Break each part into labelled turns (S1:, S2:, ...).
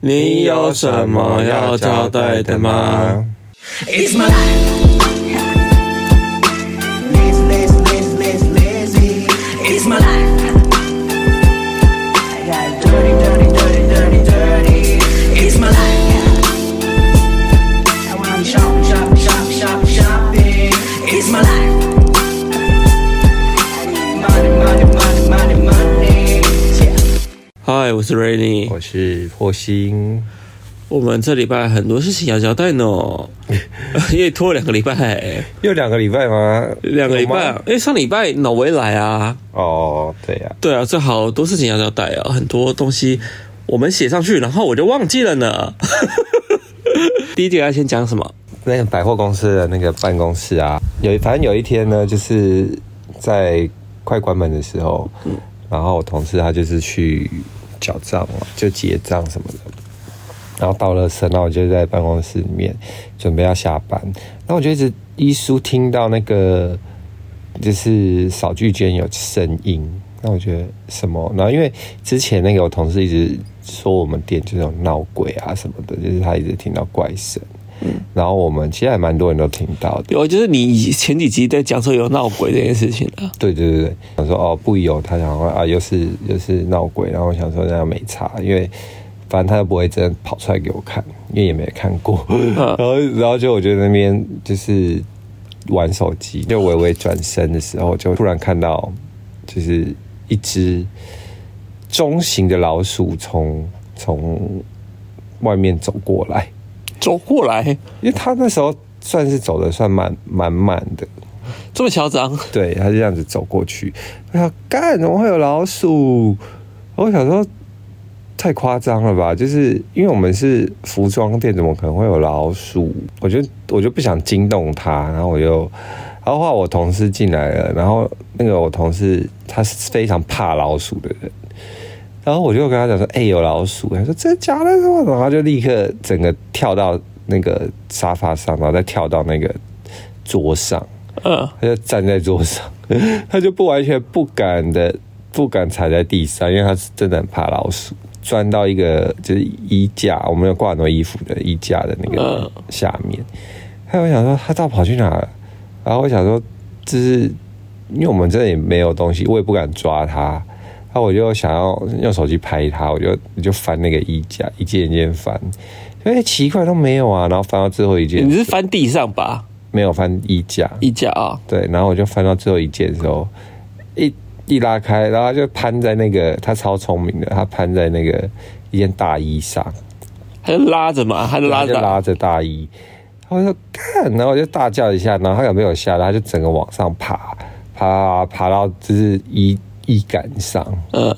S1: 你有什么要交代的吗？
S2: It's my life. Lazy, lazy, lazy, lazy, lazy. It's my life. I got dirty, dirty, dirty, dirty, dirty. It's my life. I wanna shop, shop, shop, shop, shopping. It's my life. I need money, money, money, money, money. Yeah.
S1: 嗨，我是 Rainy，
S3: 我是破星，
S1: 我们这礼拜很多事情要交代呢， 因为拖了两个礼拜，
S3: 又两个礼拜吗？
S1: 两个礼拜
S3: 有吗，
S1: 因为上礼拜脑维来啊，
S3: 哦，对呀、
S1: 对啊，这好多事情要交代啊，很多东西我们写上去，然后我就忘记了呢。 第一点要先讲什么？
S3: 那个百货公司的那个办公室啊，有反正有一天呢，就是在快关门的时候，然后我同事他就是去缴账嘛，就结账什么的。然后到了神，然后我就在办公室里面准备要下班，然后我就一直一叔听到那个就是扫具间有声音，那我觉得什么？然后因为之前那个我同事一直说我们店就是有闹鬼啊什么的，就是他一直听到怪声，然后我们其实还蛮多人都听到的。
S1: 有，哦就是你前几集在讲说有闹鬼这件事情啊，
S3: 对对对对，想说哦不有，他想说啊又是又是闹鬼，然后我想说那样没差，因为反正他又不会真的跑出来给我看，因为也没看过。然后然后就我觉得那边就是玩手机，就微微转身的时候，就突然看到就是一只中型的老鼠从从外面走过来，
S1: 走过来
S3: 因为他那时候算是走的算蛮蛮慢的，
S1: 这么嚣张，
S3: 对，他就这样子走过去。我想，干，怎么会有老鼠？我想说，太夸张了吧？就是因为我们是服装店，怎么可能会有老鼠？我就我就不想惊动他，然后我就，然后后来我同事进来了，然后那个我同事他是非常怕老鼠的人。然后我就跟他讲说：“哎、有老鼠！”他说：“真的假的？”然后他就立刻整个跳到那个沙发上，然后再跳到那个桌上，
S1: 嗯，
S3: 他就站在桌上， 他就不完全不敢的，不敢踩在地上，因为他是真的很怕老鼠。钻到一个就是衣架，我们有挂很多衣服的衣架的那个
S1: 嗯
S3: 下面。还有我想说，他到底跑去哪了？然后我想说，就是因为我们真的也没有东西，我也不敢抓他。然后我就想要用手机拍他，我就我就翻那个衣架，一件一件翻，哎、奇怪都没有啊。然后翻到最后一件
S1: 你，是翻地上吧？
S3: 没有翻衣架，
S1: 衣架啊，
S3: 对，然后我就翻到最后一件的时候，一一拉开，然后他就攀在那个，他超聪明的，他攀在那个一件大衣上，
S1: 还是拉着嘛，还是拉
S3: 他就
S1: 着啊，
S3: 拉着大衣，然后我就看，然后我就大叫一下，然后他有没有吓到，他就整个往上爬，爬爬到就是衣衣杆上，
S1: 嗯。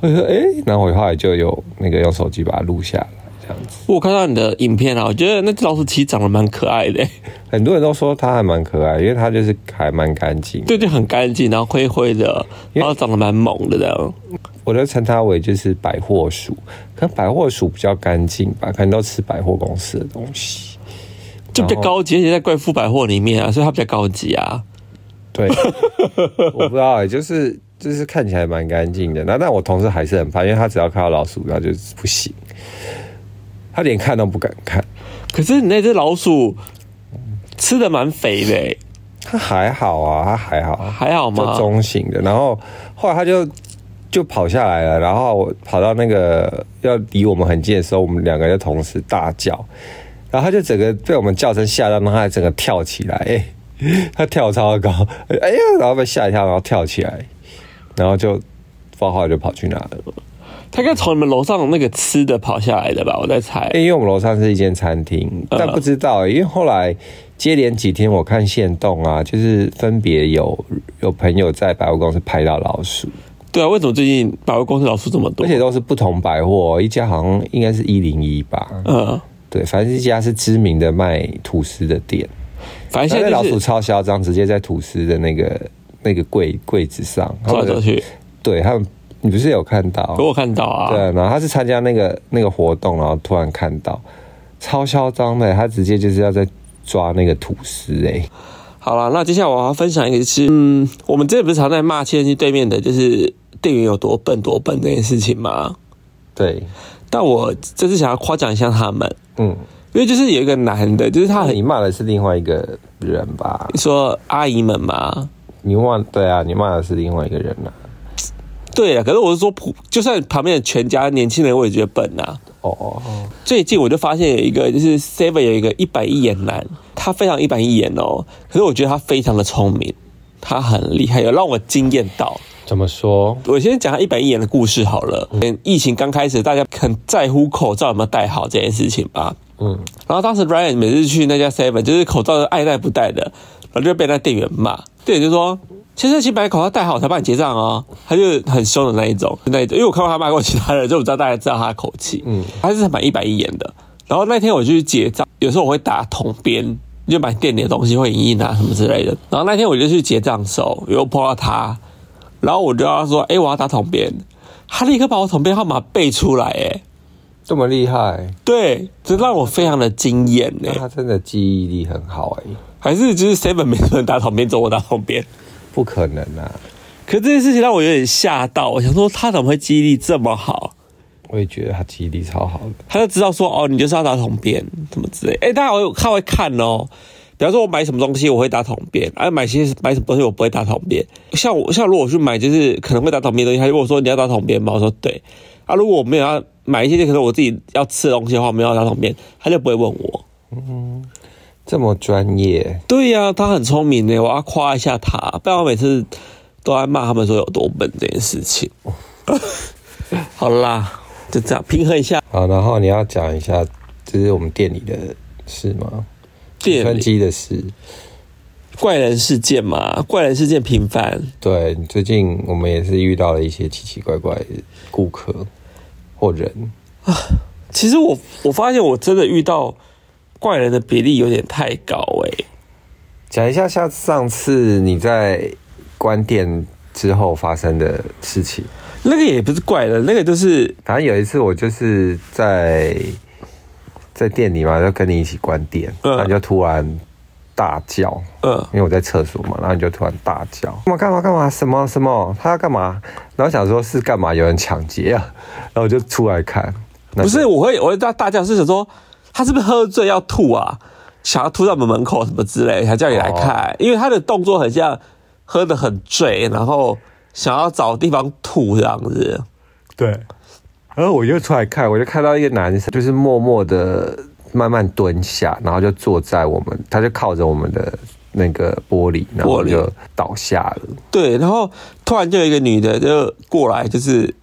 S3: 我就说哎、诶然后我后来就有那个用手机把它录下来，这样子，
S1: 我看到你的影片啊，我觉得那只老鼠其实长得蛮可爱的，
S3: 很多人都说他还蛮可爱，因为他就是还蛮干净的，
S1: 对，就很干净，然后灰灰的，然后长得蛮萌的这样。
S3: 我都称它为就是百货鼠，可能百货鼠比较干净吧，可能都吃百货公司的东西。
S1: 就比较高级，而且在贵妇百货里面啊，所以它比较高级啊。
S3: 对， 我不知道、欸，就是就是看起来蛮干净的。那但我同事还是很怕，因为他只要看到老鼠，他就是不行，他连看都不敢看。
S1: 可是你那只老鼠吃的蛮肥的欸，
S3: 他还好啊，他还好，
S1: 还好吗
S3: 就中型的。然后后来他就就跑下来了，然后我跑到那个要离我们很近的时候，我们两个就同时大叫，然后他就整个被我们叫声吓到，然后他还整个跳起来， 哎、他跳超高，哎呀，然后被吓一跳，然后跳起来，然后就花花就跑去哪了？
S1: 它应该从你们楼上那个吃的跑下来的吧？我在猜。
S3: 哎因为我们楼上是一间餐厅，
S1: 嗯
S3: 但不知道、因为后来接连几天我看线动啊，就是分别有有朋友在百货公司拍到老鼠，
S1: 对啊，为什么最近百货公司老鼠这么多
S3: 而？且都是不同百货，哦一家好像应该是一零一吧，
S1: 嗯，
S3: 对，反正一家是知名的卖吐司的店，
S1: 反正
S3: 现
S1: 哎现在
S3: 在老
S1: 就
S3: 鼠
S1: 是
S3: 超嚣张，直接在吐司的那个那个柜柜子上，
S1: 走来走去，
S3: 对他们，你不是有看到？
S1: 给我看到啊。
S3: 哦对，然后他是参加那个那个活动，然后突然看到，超嚣张的，他直接就是要在抓那个吐司哎、
S1: 好了，那接下来我要分享一个是，嗯，我们之前不是常在骂切人机对面的，就是店员有多笨多笨这件事情吗？
S3: 对，
S1: 但我这次想要夸奖一下他们，
S3: 嗯，
S1: 因为就是有一个男的，就是他
S3: 那
S1: 很
S3: 你骂的是另外一个人吧？
S1: 说阿姨们嘛，
S3: 你骂对啊，你骂的是另外一个人啊呐、
S1: 对啊，可是我是说普，就算旁边的全家年轻人，我也觉得笨啊。
S3: 哦哦哦，
S1: 最近我就发现有一个，就是 Seven 有一个一板一眼男，他非常一板一眼哦，可是我觉得他非常的聪明，他很厉害，有让我惊艳到。
S3: 怎么说？
S1: 我先讲他一板一眼的故事好了。嗯，疫情刚开始，大家很在乎口罩有没有戴好这件事情吧。
S3: 嗯，
S1: 然后当时 Ryan 每次去那家 Seven，就是口罩是爱戴不戴的，然后就被那店员骂，店员就说。先生，请把口罩戴好，我才帮你结账哦。他就是很凶的那一种，那一种。因为我看过他骂过其他人，就我知道大家知道他的口气。嗯，他是蛮一板一眼的。然后那天我去结账，有时候我会打统编，就买店里的东西会影印啊什么之类的。然后那天我就去结账的时候，又碰到他，然后我就要说，哎、我要打统编，他立刻把我统编号码背出来、哎，
S3: 这么厉害，
S1: 对，这让我非常的惊艳呢、
S3: 那他真的记忆力很好哎、
S1: 还是就是 seven 没人打统编，走我打统编。
S3: 不可能啊！
S1: 可这件事情让我有点吓到，我想说他怎么会记忆力这么好？
S3: 我也觉得他记忆力超好的。
S1: 他就知道说，哦，你就是要打统编，什么之类。哎、大家我有看会看哦。比方说，我买什么东西我会打统编，哎、买些买什么东西我不会打统编。像我像如果我去买就是可能会打统编的东西，他就问我说你要打统编吗？我说对。啊，如果我没有要买一些可能我自己要吃的东西的话，我没有要打统编，他就不会问我。
S3: 这么专业，
S1: 对呀、他很聪明呢，我要夸一下他，不然我每次都在骂他们说有多笨这件事情。 好啦，就这样平衡一下
S3: 好，然后你要讲一下，就是我们店里的事吗？评
S1: 店
S3: 分
S1: 里
S3: 机的事。
S1: 怪人事件嘛，怪人事件频繁，
S3: 对，最近我们也是遇到了一些奇奇怪怪的顾客或人。
S1: 其实我我发现我真的遇到怪人的比例有点太高哎、
S3: 讲一下下上次你在关店之后发生的事情。
S1: 那个也不是怪人，那个就是
S3: 反正有一次我就是在在店里嘛，就跟你一起关店，
S1: 嗯
S3: 然后你就突然大叫，
S1: 呃，
S3: 因为我在厕所嘛，然后你就突然大叫，干嘛干嘛干嘛，什么什么，他要干嘛？然后想说是干嘛，有人抢劫啊，然后我就出来看，那
S1: 不
S3: 就是
S1: 我会我会大大叫是想说他是不是喝醉要吐啊，想要吐到我们门口什么之类，才叫你来看，因为他的动作很像喝得很醉，然后想要找地方吐这样子。
S3: 对，然后我就出来看，我就看到一个男生，就是默默的慢慢蹲下，然后就坐在我们，他就靠着我们的那个玻璃，然后
S1: 玻璃
S3: 就倒下了。
S1: 对，然后突然就有一个女的就过来，就是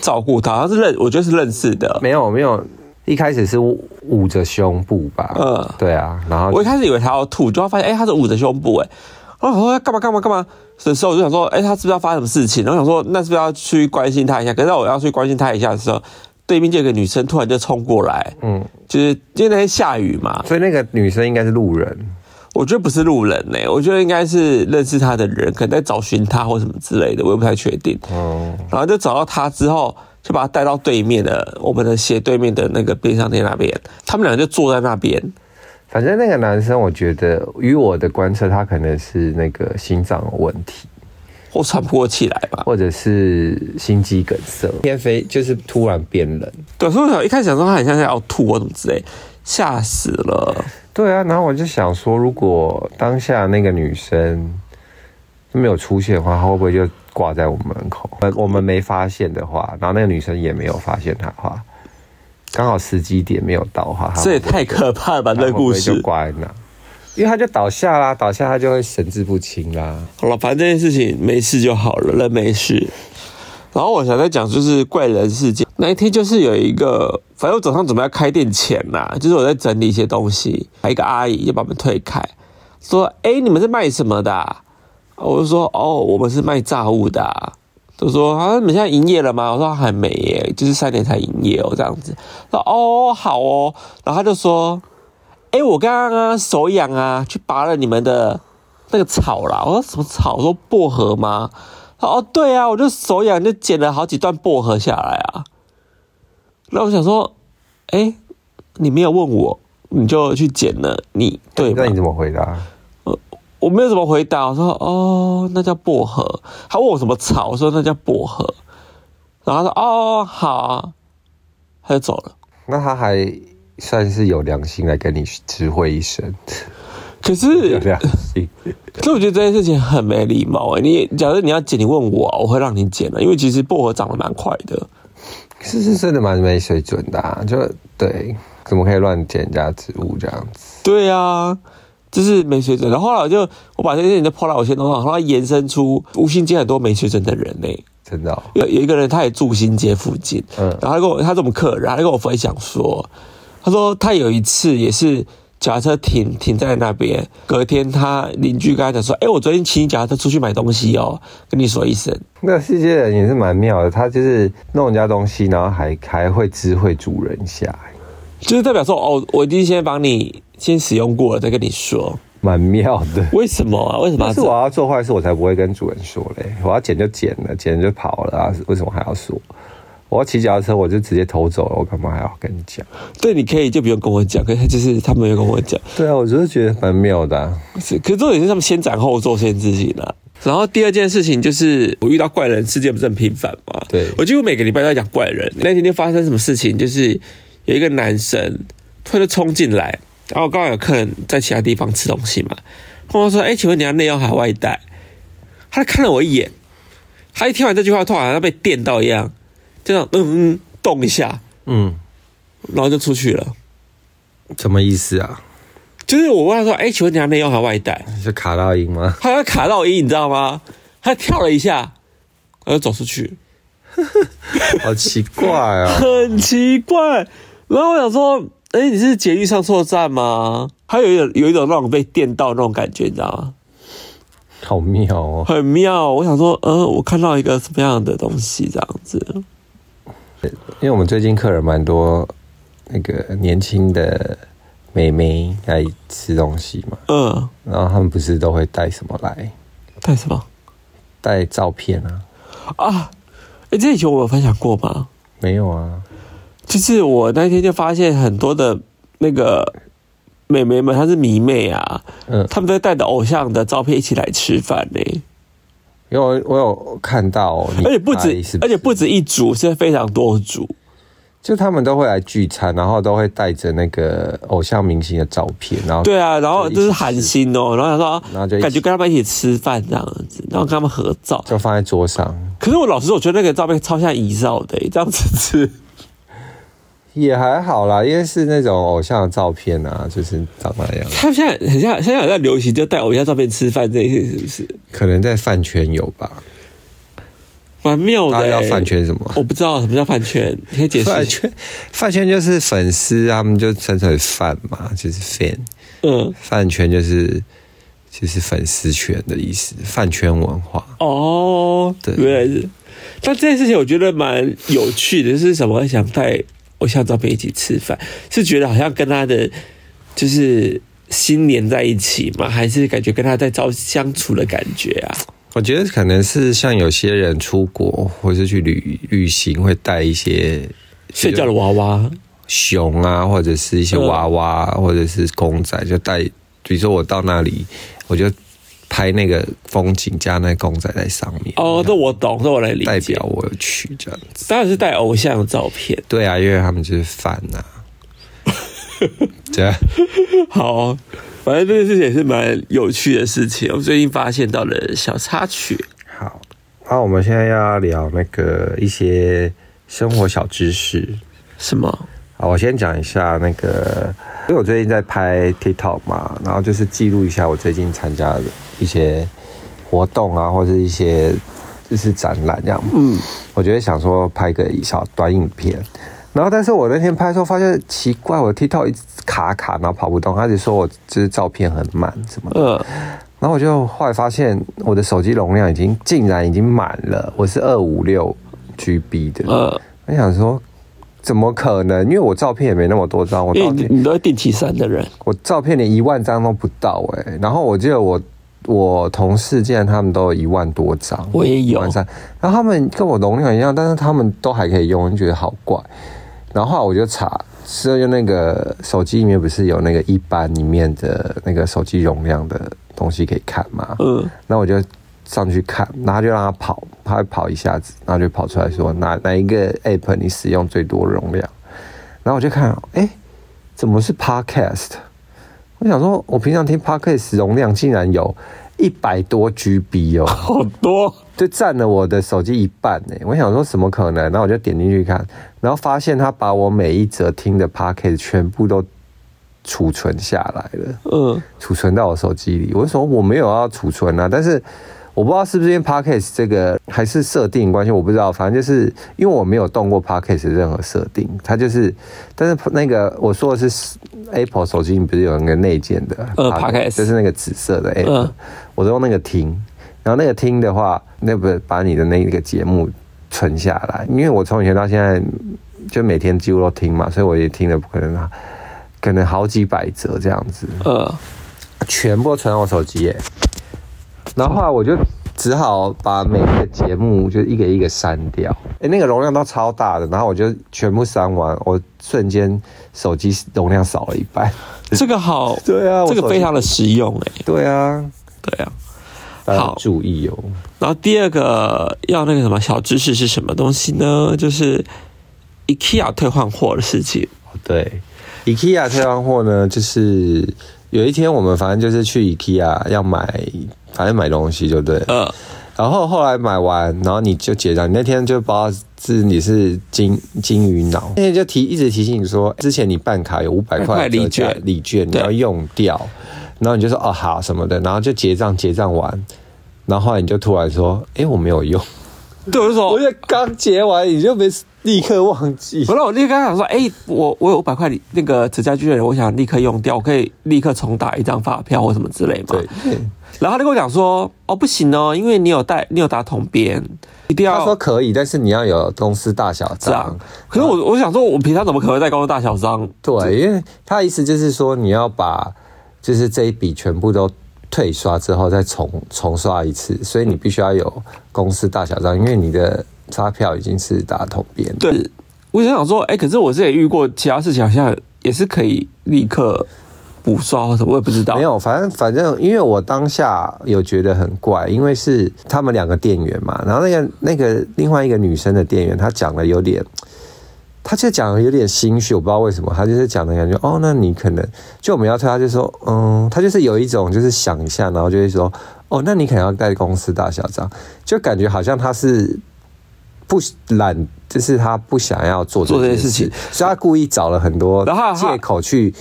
S1: 照顾他，她是认我觉得是认识的，
S3: 没有没有，一开始是捂捂着胸部吧，
S1: 嗯
S3: 对啊，然后
S1: 我一开始以为他要吐，就后发现哎、他是捂着胸部哎、然后我说干嘛干嘛干嘛的时候，我就想说哎、他是不是要发生什么事情？然后想说那是不是要去关心他一下？可是当我要去关心他一下的时候，对面就有个女生突然就冲过来，
S3: 嗯，
S1: 就是因为那天下雨嘛，
S3: 所以那个女生应该是路人，
S1: 我觉得不是路人呢、我觉得应该是认识他的人，可能在找寻他或什么之类的，我也不太确定。
S3: 嗯，
S1: 然后就找到他之后，就把他带到对面的我们的斜对面的那个便利商店那边，他们两个就坐在那边。
S3: 反正那个男生，我觉得与我的观测，他可能是那个心脏有问题，
S1: 我喘不过气来吧，
S3: 或者是心肌梗塞，天飞就是突然变冷。
S1: 对，所以我想一开始想说他很像是要吐或什么之类，吓死了。
S3: 对啊，然后我就想说，如果当下那个女生没有出现的话，她会不会就挂在我们门口？呃我们没发现的话，然后那个女生也没有发现她的话，刚好时机点没有到的话，她
S1: 这也
S3: 会不会
S1: 太可怕了吧！
S3: 她
S1: 这
S3: 会
S1: 个
S3: 不
S1: 故
S3: 会就
S1: 事。
S3: 挂在那？因为她就倒下啦，倒下她就会神志不清啦。
S1: 好了，反正这件事情没事就好了，人没事。然后我想再讲就是怪人事件，那一天就是有一个，反正我早上准备要开店前呐、就是我在整理一些东西，一个阿姨就把我们推开，说：“哎，你们是卖什么的啊、我就说：“哦，我们是卖炸物的、啊。”就说：“啊，你们现在营业了吗？”我说：“还没耶，就是三点才营业哦，这样子。”说：“哦，好哦。”然后他就说：“哎、我刚刚啊手痒啊，去拔了你们的那个草啦。”我说：“什么草？”我说：“薄荷吗？”他说：“哦，对啊，我就手痒，就剪了好几段薄荷下来啊。”那我想说：“哎、你没有问我，你就去剪了，你对吗
S3: 那？”你怎么回答？
S1: 我没有怎么回答，我说哦，那叫薄荷。他问我什么草，我说那叫薄荷。然后他说哦，好啊、他就走了。
S3: 那他还算是有良心来跟你知会一声，
S1: 可
S3: 有
S1: 是，
S3: 良心。
S1: 可是我觉得这件事情很没礼貌哎、你假如你要剪，你问我啊，我会让你剪的，因为其实薄荷长得蛮快的。
S3: 是是真的蛮没水准的、啊，就对，怎么可以乱剪人家植物这样子？
S1: 对啊，就是没水准。然后后来我就我把这件事情就抛到我先头上，后来延伸出无形间很多没水准的人呢、欸
S3: 真的、哦，
S1: 有有一个人他也住新街附近，
S3: 嗯
S1: 然后他跟我他是我们客人，他就跟我分享说，他说他有一次也是脚踏车停停在那边，隔天他邻居跟他讲说，哎、我昨天骑你脚踏车出去买东西哦，跟你说一声，
S3: 那世界人也是蛮妙的，他就是弄人家东西，然后还还会知会主人一下，
S1: 就是代表说哦，我已经先帮你先使用过了，再跟你说，
S3: 蛮妙 的。
S1: 为什么啊？为什么要
S3: 但是
S1: 这
S3: 我
S1: 样？
S3: 要做坏事，我才不会跟主人说嘞。我要剪就剪了，剪了就跑了啊，为什么还要说？我要骑脚踏车，我就直接偷走了，我干嘛还要跟你讲？
S1: 对，你可以就不用跟我讲，可是就是他没有跟我讲，
S3: 对啊，我就是觉得蛮妙的啊、
S1: 是，可是重点是他们先斩后奏这件事情啦、然后第二件事情就是我遇到怪人事件不是很频繁嘛？
S3: 对
S1: 我几乎每个礼拜都在讲怪人。那天就发生什么事情，就是有一个男生突然就冲进来，然后刚好有客人在其他地方吃东西嘛，跟我说：“哎，请问你要内用还是外带？”他看了我一眼，他一听完这句话，突然好像被电到一样，就这样嗯嗯动一下，
S3: 嗯，
S1: 然后就出去了。
S3: 什么意思啊？
S1: 就是我问他说：“哎，请问你要内用还是外带？”
S3: 是卡到音 吗？
S1: 他要卡到音，你知道吗？他跳了一下，然后走出去，
S3: 好奇怪啊、
S1: 很奇怪。然后我想说，哎、你是捷运上错站吗？他有一种有一种那种被电到那种感觉，你知道吗？
S3: 好妙哦！
S1: 很妙。我想说，呃，我看到一个什么样的东西这样子？
S3: 因为我们最近客人蛮多，那个年轻的妹妹来吃东西嘛，
S1: 嗯、
S3: 然后他们不是都会带什么来？
S1: 带什么
S3: 带照片啊？
S1: 啊？哎、这以前我有分享过吗？
S3: 没有啊？
S1: 就是我那天就发现很多的那个美眉们，她是迷妹啊，
S3: 嗯，
S1: 她们都会带着偶像的照片一起来吃饭呢、
S3: 因为我我有看到哦，你
S1: 而且不
S3: 拍
S1: 止
S3: 是，
S1: 而且不止一组，是非常多组。
S3: 就他们都会来聚餐，然后都会带着那个偶像明星的照片，然后
S1: 对啊，然后
S3: 就一起
S1: 就是韩星哦，然后想说，
S3: 然后就一起
S1: 感觉跟他们一起吃饭这样子，然后跟他们合照。
S3: 就放在桌上。
S1: 可是我老实说，我觉得那个照片超像遗照的、欸这样子吃。
S3: 也还好啦，因为是那种偶像的照片啊，就是长那样，
S1: 他们现在很像，现在有在流行就带偶像照片吃饭这一些，是不是？
S3: 可能在饭圈有吧？
S1: 蛮妙的、
S3: 大
S1: 欸。
S3: 家要饭圈什么？
S1: 我不知道什么叫饭圈，你可以解
S3: 饭
S1: 释。
S3: 圈，饭圈就是粉丝，他们就称之为饭嘛，就是 fan。
S1: 嗯，
S3: 饭圈就是就是粉丝圈的意思，饭圈文化。
S1: 哦，
S3: 对
S1: 原来是。但这件事情我觉得蛮有趣的，就是什么想带偶像照片一起吃饭，是觉得好像跟他的就是心连在一起嘛，还是感觉跟他在照相处的感觉啊？
S3: 我觉得可能是像有些人出国或是去旅旅行，会带一些
S1: 睡觉的娃娃，
S3: 熊啊，或者是一些娃娃，或者是公仔，就带。比如说我到那里，我就拍那个风景加那个公仔在上面。
S1: 哦，这我懂，这我来理
S3: 代
S1: 解
S3: 表。我有去这样子。
S1: 当然是带偶像的照片。
S3: 对啊，因为他们就是饭 呐、啊。对啊，
S1: 好、反正这件事情也是蛮有趣的事情，我最近发现到了小插曲。
S3: 好，那我们现在要聊那个一些生活小知识。
S1: 什么？
S3: 好，我先讲一下那个，因为我最近在拍 TikTok 嘛，然后就是记录一下我最近参加的一些活动啊，或者一些就是展览这样。嗯，我觉得想说拍个一小短影片，然后但是我那天拍的时候发现奇怪，我 TikTok 一直卡卡，然后跑不动，他就说我就是照片很慢什么的。
S1: 嗯，
S3: 然后我就后来发现我的手机容量已经竟然已经满了，我是二五六 GB 的。
S1: 呃
S3: 我想说，怎么可能？因为我照片也没那么多张，我
S1: 因为
S3: 照
S1: 你
S3: 片
S1: 你都是定期三的人，
S3: 我照片连一万张都不到哎、然后我记得我我同事竟然他们都有一万多张，
S1: 我也有
S3: 一万三，然后他们跟我容量一样，但是他们都还可以用，就觉得好怪。然后后来我就查，是用那个手机里面不是有那个一般里面的那个手机容量的东西可以看吗？
S1: 嗯，
S3: 那我就上去看，然后就让他跑，他会跑一下子，然后就跑出来说哪哪一个 app 你使用最多容量，然后我就看，哎、怎么是 Podcast？我想说，我平常听 Podcast 容量竟然有一百多 GB 哦。
S1: 好多，
S3: 就占了我的手机一半呢、我想说什么可能？然后我就点进去看，然后发现他把我每一则听的 p o c k e t 全部都储存下来了，
S1: 嗯，
S3: 储存到我手机里。我就说我没有要储存啊，但是我不知道是不是因为 p o c k e t 这个还是设定关系，我不知道。反正就是因为我没有动过 p o c k e t 任何设定，它就是，但是那个我说的是 Apple 手机里不是有那个内建的
S1: 呃
S3: Pocket，
S1: Podcast
S3: 就是那个紫色的 app，、
S1: 嗯
S3: 我都用那个听。然后那个听的话，那不把你的那个节目存下来，因为我从以前到现在就每天几乎都听嘛，所以我也听了可能可能好几百折这样子，
S1: 呃，
S3: 全部都存到我手机耶。然后后来我就只好把每一个节目就一个一个删掉，诶，那个容量都超大的，然后我就全部删完，我瞬间手机容量少了一半。
S1: 这个好，
S3: 对啊，我
S1: 这个
S3: 手机
S1: 非常的实用哎、
S3: 对啊，
S1: 对啊。
S3: 大家
S1: 好
S3: 注意哦。
S1: 然后第二个要那个什么小知识是什么东西呢？就是 IKEA 退换货的事情。
S3: 对，IKEA 退换货呢，就是有一天我们反正就是去 IKEA 要买，反正买东西就对了。
S1: 呃，
S3: 然后后来买完，然后你就结账。你那天就不知道是你是金金鱼脑，那天就提一直提醒你说，之前你办卡有五百
S1: 500
S3: 块
S1: 礼
S3: 折价
S1: 券
S3: 礼券你
S1: 对
S3: 要用掉，然后你就说哦好什么的，然后就结账结账完，然后后来你就突然说，哎我没有用，
S1: 对，我就说，
S3: 我就刚结完你就没立刻忘记
S1: 不。是，我立刻刚想说，哎、我我有五百块那个折价券，我想立刻用掉，我可以立刻重打一张发票或什么之类嘛。
S3: 对，
S1: 然后他就跟我讲说，哦，不行哦，因为你有带，你有打桶边，一定要
S3: 他说可以，但是你要有公司大小
S1: 这
S3: 章
S1: 样。。可是我我想说，我平常怎么可能在公司大小张？
S3: 对，因为他的意思就是说，你要把就是这一笔全部都退刷之后再重重刷一次，所以你必须要有公司大小账，因为你的发票已经是打统编。，
S1: 对，我就想说，哎、可是我之前遇过其他事情，好像也是可以立刻补刷或什么，我也不知道。
S3: 没，有，反正反正，因为我当下有觉得很怪，因为是他们两个店员嘛，然后那个那个另外一个女生的店员，她讲的有点。她就讲的有点心虚，我不知道为什么，她就是讲的感觉，哦，那你可能就我们要退，她就说，嗯，她就是有一种就是想一下，然后就会说，哦，那你可能要带公司大小张，就感觉好像她是不懒，就是她不想要做
S1: 做这
S3: 件
S1: 件事情
S3: 所以她故意找了很多
S1: 然后她
S3: 借口去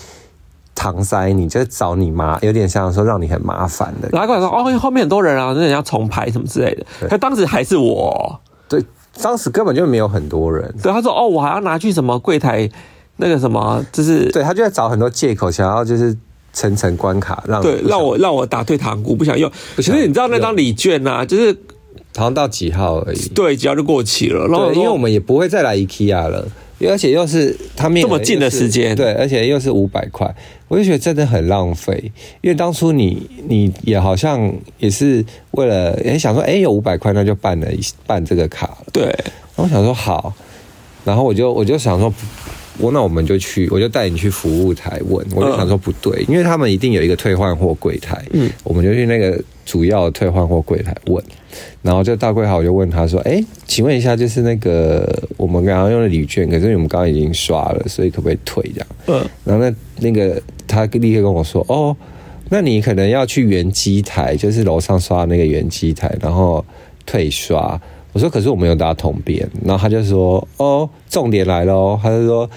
S3: 搪塞你，就是找你麻，有点像说让你很麻烦的。
S1: 然后他跟我说，哦，后面很多人啊，那人家重排什么之类的。可当时还是我，
S3: 对，当时根本就没有很多人，
S1: 对，他说，哦，我还要拿去什么柜台那个什么，就是
S3: 对他就在找很多借口，想要就是层层关卡让
S1: 对，
S3: 你
S1: 让我让我打退堂鼓，不想用。可
S3: 想
S1: 是你知道那张礼券呐、就是
S3: 好像到几号而已。
S1: 对，只要就过期了。然后
S3: 对，因为
S1: 说
S3: 我们也不会再来 IKEA 了，而且又是他们也
S1: 这么近的时间
S3: 对，而且又是五百块，我就觉得真的很浪费。因为当初你你也好像也是为了也想说，哎、有五百块那就办了一办这个卡了。
S1: 对，
S3: 然后我想说好，然后我就我就想说，我那我们就去，我就带你去服务台问，我就想说不对，因为他们一定有一个退换货柜台，嗯，我们就去那个主要的退换货柜台问，然后就大柜台我就问他说，哎，请问一下，就是那个我们刚刚用的礼券，可是我们刚刚已经刷了，所以可不可以退这样？
S1: 嗯，
S3: 然后那那个他立刻跟我说，哦，那你可能要去原机台，就是楼上刷的那个原机台，然后退刷。我说可是我没有打桶边，然后他就说，哦，重点来了哦，他就说。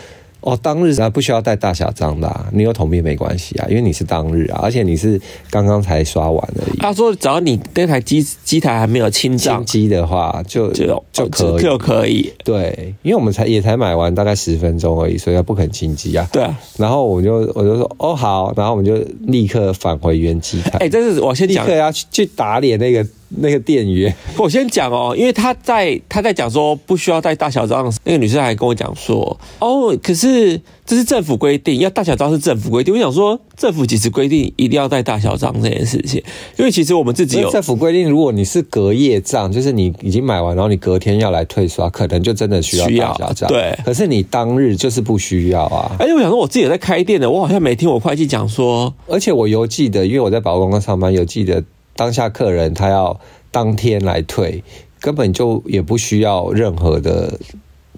S3: 哦，当日啊不需要带大小张的、啊，你有桶边没关系啊，因为你是当日啊，而且你是刚刚才刷完而已。
S1: 他说只要你那台机机台还没有清
S3: 清
S1: 账，
S3: 机的话就
S1: 就哦
S3: 就可以，
S1: 就可以。
S3: 对，因为我们才也才买完大概十分钟而已，所以他不肯清机啊。
S1: 对啊，
S3: 然后我就我就说哦好，然后我们就立刻返回原机台，
S1: 哎、这是我先
S3: 立
S1: 讲
S3: 刻，要去去打脸那个那个店员。
S1: 我先讲哦，因为他在他在讲说不需要带大小张，那个女生还跟我讲说，哦，可是这是政府规定，要大小张是政府规定。我想说，政府其实规定一定要带大小张这件事情，因为其实我们自己
S3: 因为
S1: 有
S3: 政府规定，如果你是隔夜账，就是你已经买完，然后你隔天要来退刷，可能就真的需要
S1: 需要
S3: 大小账。
S1: 对
S3: 可是你当日就是不需要啊。
S1: 哎而且我想说，我自己也在开店的，我好像没听我会计讲说，
S3: 而且我有记得，因为我在百货公司上班，有记得当下客人他要当天来退，根本就也不需要任何的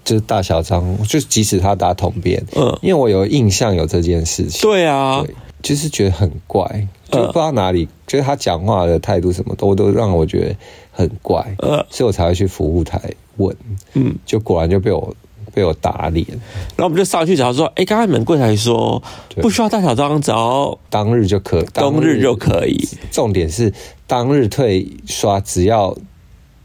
S3: 就是大小张，就是即使他打统编，
S1: 嗯
S3: 嗯，因为我有印象有这件事情，
S1: 对啊，
S3: 对，就是觉得很怪，就
S1: 嗯
S3: 不知道哪里，就是他讲话的态度什么都都让我觉得很怪，
S1: 嗯
S3: 所以我才会去服务台问，嗯，就果然就被我被我打脸，
S1: 然后我们就上去找他说，哎，刚刚你们柜台说
S3: 对
S1: 不需要大小张，只要
S3: 当日就可，
S1: 冬日就可以。
S3: 重点是当日退刷，只要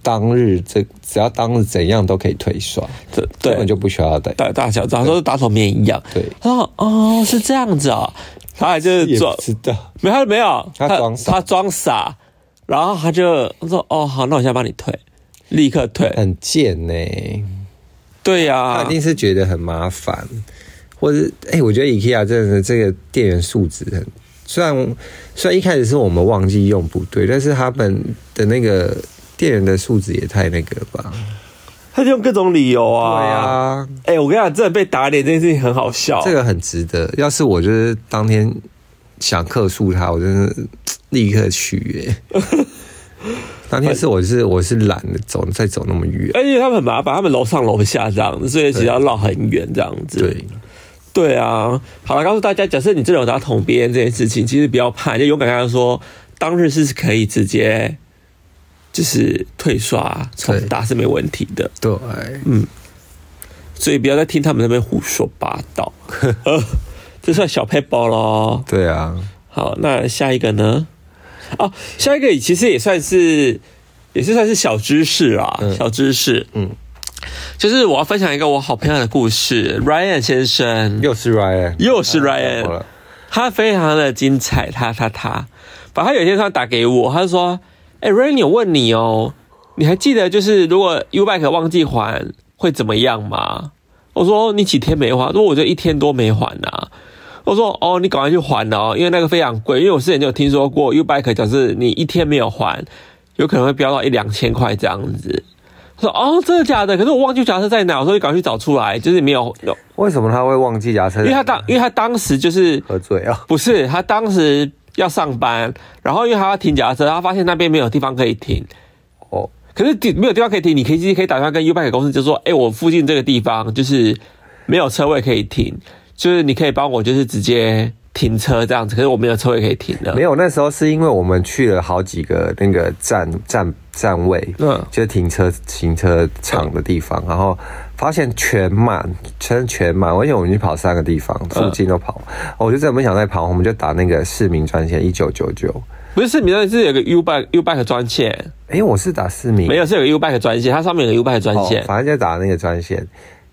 S3: 当日这只要当日怎样都可以退刷，
S1: 对
S3: 根
S1: 对
S3: 本，就不需要带。
S1: 大大小张，他说打桶面一样。
S3: 对
S1: 他说哦是这样子啊，他还就是
S3: 也
S1: 装
S3: 不，知道，
S1: 没有他没有，
S3: 他装傻
S1: 他装傻，然后他就他说哦好，那我现在帮你退，立刻退。
S3: 很贱呢、
S1: 对呀、
S3: 哎他一定是觉得很麻烦，或者哎、我觉得 IKEA 真的是这个店员素质很，虽然虽然一开始是我们忘记用不对，但是他们的那个店员的素质也太那个了吧？
S1: 他就用各种理由啊。
S3: 对啊，
S1: 哎、我跟你讲，真的被打脸这件事情很好笑。
S3: 这个很值得。要是我就是当天想客诉他，我真的立刻去耶、 当天是我是我是懒得走，再走那么远。
S1: 而哎且他们很麻烦，他们楼上楼下这样子，所以其实要绕很远这样子。
S3: 对，
S1: 对啊，好了，告诉大家，假设你真的有打桶边这件事情，其实不要怕，就勇敢跟他说，当日是可以直接就是退刷重打是没问题的，
S3: 对，啊
S1: 所以不要再听他们那边胡说八道。呃这算小配包喽。
S3: 对啊，
S1: 好，那下一个呢？哦，下一个其实也算是，也是算是小知识啊，小知识。嗯
S3: 嗯，
S1: 就是我要分享一个我好朋友的故事，Ryan 先生，
S3: 又是 Ryan，
S1: 又是
S3: 怎么
S1: Ryan，
S3: 了
S1: 他非常的精彩，他他他，反正他有一天突然打给我，他就说：“哎、r y a n 有问你哦，你还记得就是如果 U bike 忘记还会怎么样吗？”我说：“哦你几天没还？”他说：“我就一天多没还啊。”我说：“哦，你赶快去还哦，因为那个非常贵。因为我之前就有听说过 U bike，假设你一天没有还，有可能会飙到一两千块这样子。”他说：“哦，真的假的？可是我忘记夹车在哪。”我说：“你赶快去找出来，就是没有，
S3: 为什么他会忘记牙车？
S1: 因为他当，因为他当时就是
S3: 喝醉啊、
S1: 不是，他当时要上班，然后因为他要停脚踏车，他发现那边没有地方可以停。
S3: 哦，
S1: 可是地没有地方可以停，你可以可以打电话跟 U Bike 公司就说，哎、我附近这个地方就是没有车位可以停，就是你可以帮我就是直接停车这样子，可是我没有车位可以停的。
S3: 没有，那时候是因为我们去了好几个那个站站站位，
S1: 嗯
S3: 就是停车停车场的地方，然后发现全满，真的全满，而且我们去跑三个地方，附近都跑，
S1: 嗯
S3: 哦我就真的不想再跑，我们就打那个市民专线一九九九，
S1: 不是市民专是有个 U Bike U Bike 专线，
S3: 哎，我是打市民，
S1: 没有是有个 U Bike 专线，它上面有个 U Bike 专
S3: 哦
S1: 线，
S3: 反正就打那个专线，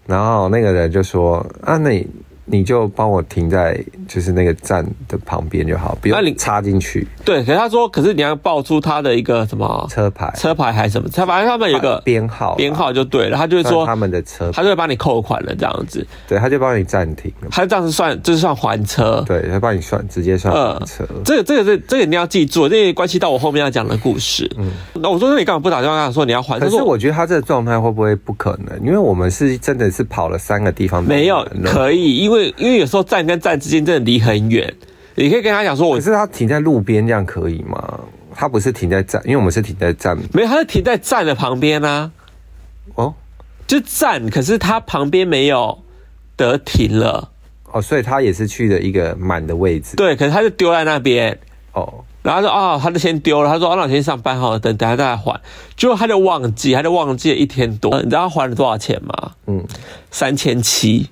S3: 然后那个人就说啊，那你你就帮我停在就是那个站的旁边就好，不
S1: 那你
S3: 用插进去
S1: 对。可是他说，可是你要报出他的一个什么
S3: 车牌。
S1: 车牌还是什么，他反正他们有一个
S3: 编号啦
S1: 编号就对了，他就会说
S3: 算他们的车，
S1: 他就会帮你扣款了，这样子，
S3: 对，他就帮你暂停了，
S1: 他这样子算就是算还车。
S3: 对，他帮你算，直接算
S1: 嗯
S3: 还车。
S1: 这个、这个、这个这个你要记住，这个关系到我后面要讲的故事。那我说，那你干嘛不打电话跟他说你要还？
S3: 嗯可
S1: 他
S3: 是
S1: 说
S3: 我觉得他这个状态会不会不可能？因为我们是真的是跑了三个地方都
S1: 没有
S3: 完了，
S1: 可以，因为因为有时候站跟站之间真的离很远，你可以跟他讲说我
S3: 可是他停在路边这样可以吗？他不是停在站，因为我们是停在站
S1: 没有，他是停在站的旁边啊，
S3: 哦
S1: 就站，可是他旁边没有得停了，
S3: 哦，所以他也是去了一个满的位置
S1: 对，可是他就丢在那边，
S3: 哦。
S1: 然后他说啊、他就先丢了。他说啊，那我先上班好了，等等下再来还。结果他就忘记，他就忘记了一天多。你知道他还了多少钱吗？
S3: 嗯，
S1: 三千七。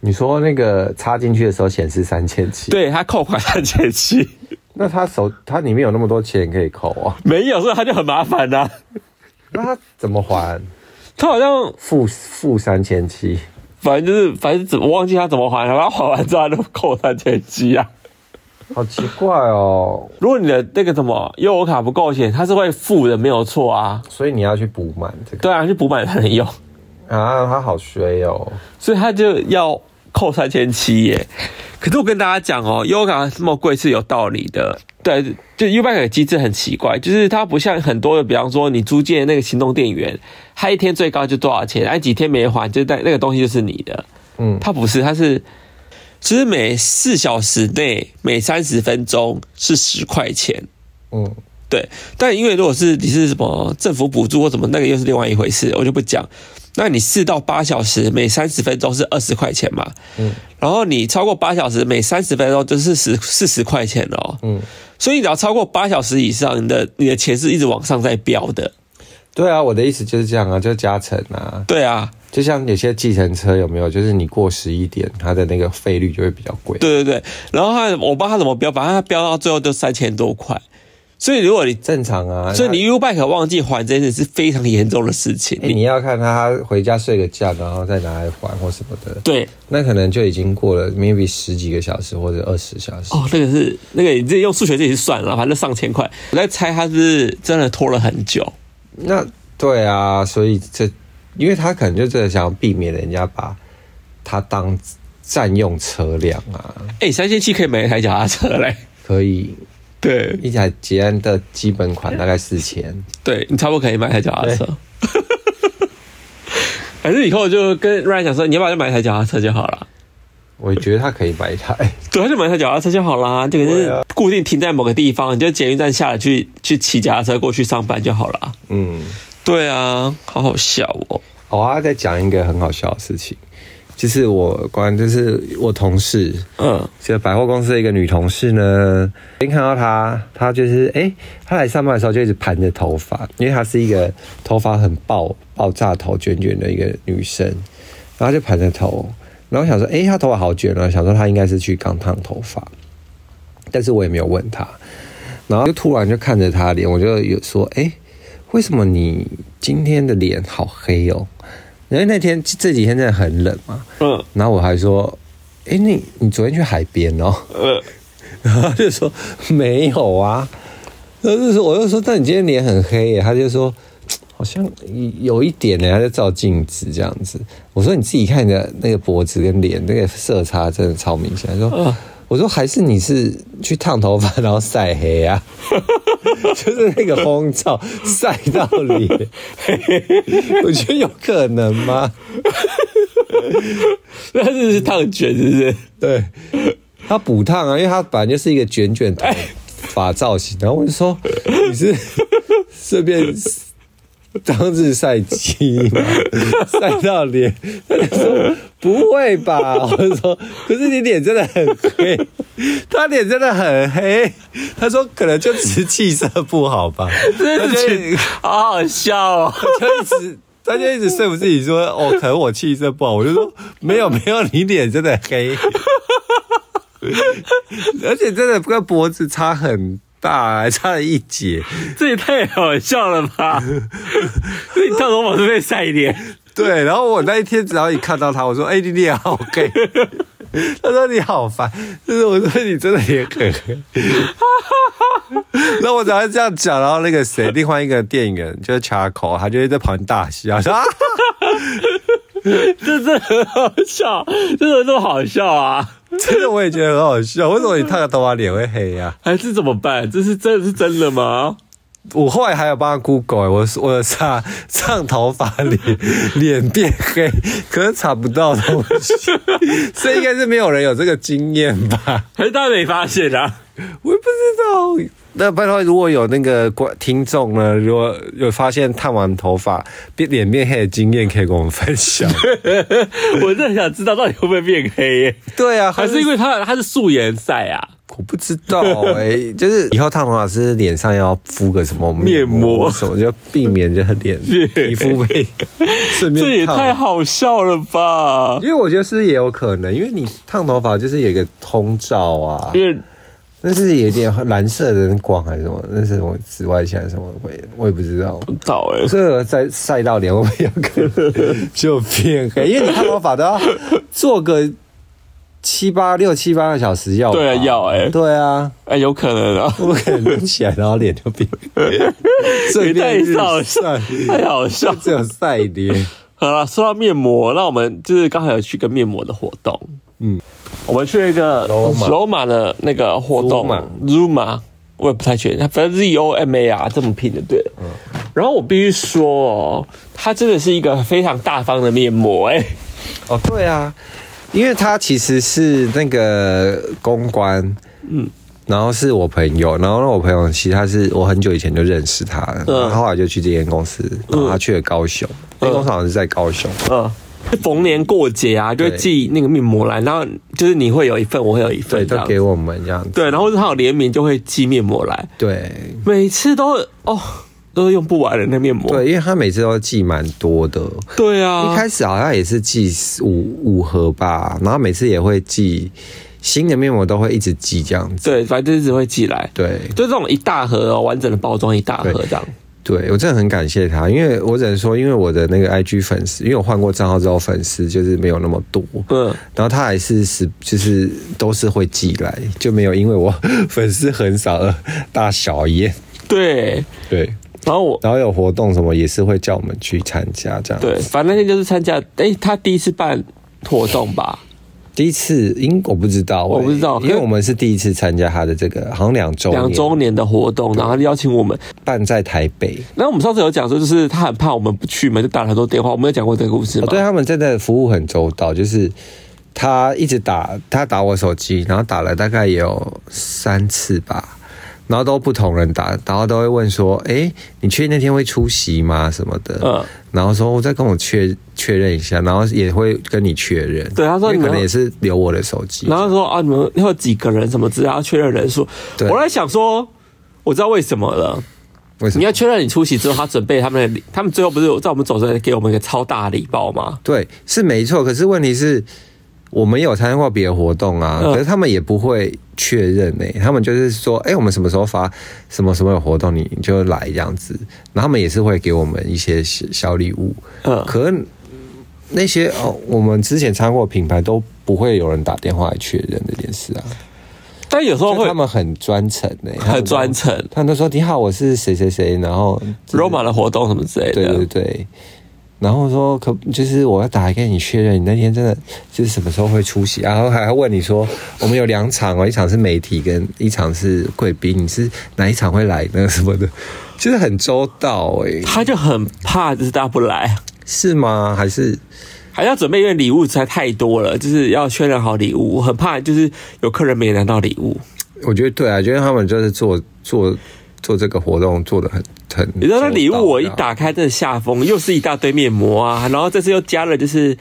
S3: 你说那个插进去的时候显示三千七，，
S1: 对他扣款三千七，
S3: 那他手他里面有那么多钱可以扣哦，
S1: 没有，所以他就很麻烦啊呐、
S3: 那他怎么还？
S1: 他好像
S3: 负负三千七，
S1: 反正就是反正怎么忘记他怎么还了，然后还完之后他就扣三千七啊。
S3: 好奇怪哦。
S1: 如果你的那个什么悠游卡不够钱，他是会付的，没有错啊。
S3: 所以你要去补满这个
S1: 对啊，去补满才能用，
S3: 啊，他好衰哦。
S1: 所以他就要扣三千七耶。可是我跟大家讲哦，优卡这么贵是有道理的。对，就 U Bike 的机制很奇怪，就是它不像很多的，比方说你租借那个行动电源，它一天最高就多少钱，哎几天没还，就那那个东西就是你的。
S3: 嗯
S1: 它不是，它是就是每四小时内每三十分钟是十块钱。
S3: 嗯，
S1: 对，但因为如果是你是什么政府补助或什么，那个又是另外一回事，我就不讲。那你四到八小时每三十分钟是二十块钱嘛，嗯，然后你超过八小时每三十分钟就是十四十块钱哦，嗯，所以你只要超过八小时以上，你的你的钱是一直往上在飙的，
S3: 对啊，我的意思就是这样啊，就加成啊，
S1: 对啊，
S3: 就像有些计程车有没有，就是你过十一点，它的那个费率就会比较贵。
S1: 对对对，然后他我不知道他怎么飙，反正他飙到最后就三千多块，所以如果你
S3: 正常啊。
S1: 所以你 U bike 忘记还这件事是非常严重的事情，
S3: 那、诶你要看他回家睡个觉，然后再拿来还或什么的。
S1: 对
S3: 那可能就已经过了 maybe 十几个小时或者二十小时。
S1: 哦，那个是那个你自己用数学自己去算了，反正上千块，我在猜他是不是真的拖了很久。
S3: 那对啊，所以这，因为他可能就真的想要避免人家把他当占用车辆啊，
S1: 哎、三千七可以买一台脚踏车嘞。
S3: 可以
S1: 对
S3: 一台捷安的基本款大概四千，
S1: 对，你差不多可以买一台脚踏车。 反正以后就跟 Ryan 讲说，你要不要就买一台脚踏车就好了。
S3: 我觉得他可以买一台。
S1: 对，他就买一台脚踏车就好啦。这个就
S3: 对
S1: 是
S3: 啊
S1: 固定停在某个地方，你就捷运站下来去去骑脚踏车过去上班就好了。
S3: 嗯，
S1: 对啊，好好笑哦。
S3: 我还要再讲一个很好笑的事情，就是我关就是我同事，
S1: 嗯，
S3: 这百货公司的一个女同事呢，先看到她，她就是哎、诶她来上班的时候就一直盘着头发，因为她是一个头发很爆爆炸头卷卷的一个女生，然后就盘着头，然后我想说，哎、她头发好卷啊，想说她应该是去刚烫头发，但是我也没有问她，然后就突然就看着她的脸，我就有说，哎、为什么你今天的脸好黑哦？因为那天这几天真的很冷嘛，
S1: 嗯
S3: 然后我还说，哎、你你昨天去海边哦？
S1: 呃，
S3: 然后他就说没有啊，然后就说我就说，但你今天脸很黑耶，他就说嘖好像有一点呢，他就照镜子这样子。我说你自己看你的那个脖子跟脸那个色差真的超明显，他说。我说还是你是去烫头发然后晒黑啊， 就是那个风罩晒到脸， 我觉得有可能吗？
S1: 那是是烫卷是不是？
S3: 对，他补烫啊，因为他本来就是一个卷卷头发造型，然后我就说你是顺便当日晒鸡吗？晒到脸，他就说不会吧？ 我就说可是你脸真的很黑，他脸真的很黑，他说可能就只是气色不好吧，
S1: 真
S3: 他
S1: 的
S3: 就是
S1: 好好笑哦。
S3: 就一直。他就一直说服自己说：“哦，可能我气色不好。”我就说：“没有，没有，你脸真的黑，而且真的跟脖子差很大，还差了一截。
S1: 这也太好笑了 吧！所以你烫头发是被晒脸，”
S3: 对，然后我那一天只要一看到他，我说：“哎、你脸好黑。”他说：“你好烦。”就是我说：“你真的脸很黑。”然后我只要这样讲，然后那个谁，另外一个店员就是 Charco，他就会在旁边大笑，说：“啊。”
S1: 这真的很好笑，这怎么这么好笑啊？
S3: 真的，我也觉得很好笑。为什么你烫个头发脸会黑呀、
S1: 还是怎么办？这是真的是真的吗？
S3: 我后来还有帮他 Google，、欸、我我上上头发脸脸变黑，可是查不到东西，所以应该是没有人有这个经验吧？
S1: 还是大家没发现 啊？
S3: 我也不知道。那拜托，如果有那个观听众呢，如果有发现烫完头发变脸变黑的经验，可以跟我们分享。
S1: 我真的想知道到底会不会变黑耶？
S3: 对啊，
S1: 还是因为他他是素颜晒啊？
S3: 我不知道哎、 就是以后烫头发是脸上要敷个什么
S1: 面膜
S3: 什么，就避免这 脸皮肤被顺
S1: 这
S3: 便
S1: 也太
S3: 烫。
S1: 好笑了吧！
S3: 因为我觉得是也有可能，因为你烫头发就是有一个通照啊，
S1: 因为
S3: 那是有点蓝色的光还是什么，那是什么紫外线还是什么鬼，我也不知道。
S1: 不倒哎，
S3: 这个在晒到脸，我们有可能就变 黑，因为你烫头发都要做个七八六七八个小时要吧
S1: 对啊要哎
S3: 对啊，
S1: 哎有可能 啊，
S3: 我可能拎起来，然后脸就变，顺便
S1: 太
S3: 日
S1: 好笑
S3: 晒，，
S1: 太好笑。
S3: 只有晒脸。
S1: 好了，说到面膜，那我们就是刚好有去一个面膜的活动，嗯
S3: 嗯，
S1: 我们去了一个
S3: Roma
S1: 罗马的那个活动
S3: Roma
S1: ，Roma，我也不太确定，它反正 Z O M A R 这么拼就对
S3: 嗯
S1: 了。然后我必须说哦，它真的是一个非常大方的面膜、哎，
S3: 哦，对啊，因为他其实是那个公关，嗯，然后是我朋友，然后那我朋友其实他是我很久以前就认识他了，
S1: 嗯
S3: 然后后来就去这间公司，然后他去了高雄，那公司好像是在高雄，
S1: 嗯，逢年过节啊，就会
S3: 对
S1: 寄那个面膜来，然后就是你会有一份，我会有一
S3: 对，
S1: 份这
S3: 都
S1: 样
S3: 给
S1: 子。
S3: 我们这样子，
S1: 对，然后他有联名就会寄面膜来，
S3: 对
S1: 每次都哦都用不完的那面膜。
S3: 对，因为他每次都寄蛮多的，
S1: 对啊，
S3: 一开始好像也是寄五五盒吧，然后每次也会寄新的面膜，都会一直寄这样子，
S1: 对，反正就是只会寄来，
S3: 对
S1: 就这种一大盒哦，完整的包装一大盒
S3: 对
S1: 这样。
S3: 对，我真的很感谢他，因为我只能说，因为我的那个 IG 粉丝，因为我换过账号之后，粉丝就是没有那么多，
S1: 嗯，
S3: 然后他还是是就是都是会寄来，就没有因为我 粉丝很少而大小眼。
S1: 对。
S3: 对，
S1: 然后我
S3: 然后有活动什么也是会叫我们去参加这样。
S1: 对，，反正那天就是参加，哎，他第一次办活动吧？
S3: 第一次因我不知道欸、
S1: 我不知道
S3: 因为我们是第一次参加他的这个，好像两周
S1: 两周年的活动，然后他邀请我们。
S3: 办在台北。
S1: 然后我们上次有讲说，就是他很怕我们不去嘛，就打了很多电话。我们有讲过这个故事吗？
S3: 哦，对他们真的服务很周到，就是他一直打，他打我手机，然后打了大概也有三次吧，然后都不同人打，然后都会问说，哎，你确定那天会出席吗？什么的，
S1: 嗯
S3: 然后说我再跟我确确认一下，然后也会跟你确认，
S1: 对他说
S3: 因为
S1: 你们
S3: 可能也是留我的手机，
S1: 然后说啊，你们要有几个人什么之类，要确认人数。
S3: 对
S1: 我在想说，我知道为什么了。
S3: 为什
S1: 你
S3: 么？
S1: 要确认你出席之后，他准备他们的礼，他们最后不是有在我们走之前给我们一个超大的礼包吗？
S3: 对，是没错，可是问题是。我们有参加过别的活动啊，
S1: 嗯
S3: 可是他们也不会确认呢、他们就是说，哎、我们什么时候发什么什么有活动，你你就来这样子。然后他们也是会给我们一些小小礼物，
S1: 嗯
S3: 可是那些哦，我们之前参加过的品牌都不会有人打电话来确认这件事啊。
S1: 但有时候
S3: 就
S1: 哦会
S3: 他们很专程呢、欸，他们
S1: 很
S3: 都
S1: 专，程
S3: 他们都说你好，我是谁谁谁，然后就是
S1: ，Roma 的活动什么之类
S3: 对对
S1: 的。
S3: 对。然后说可就是我要打来跟你确认，你那天真的就是什么时候会出席，然后还要问你说我们有两场哦，一场是媒体跟一场是贵宾，你是哪一场会来呢什么的，就是很周到哎、
S1: 他就很怕，就是大家不来，
S3: 是吗？还是
S1: 还要准备，因为礼物实在太多了，就是要确认好礼物。我很怕就是有客人没拿到礼物。
S3: 我觉得对啊，觉得他们就是做做做这个活动做的很很，
S1: 你知道那礼物我一
S3: 周到啊
S1: 打开，真的下风，又是一大堆面膜啊，然后这次又加了就是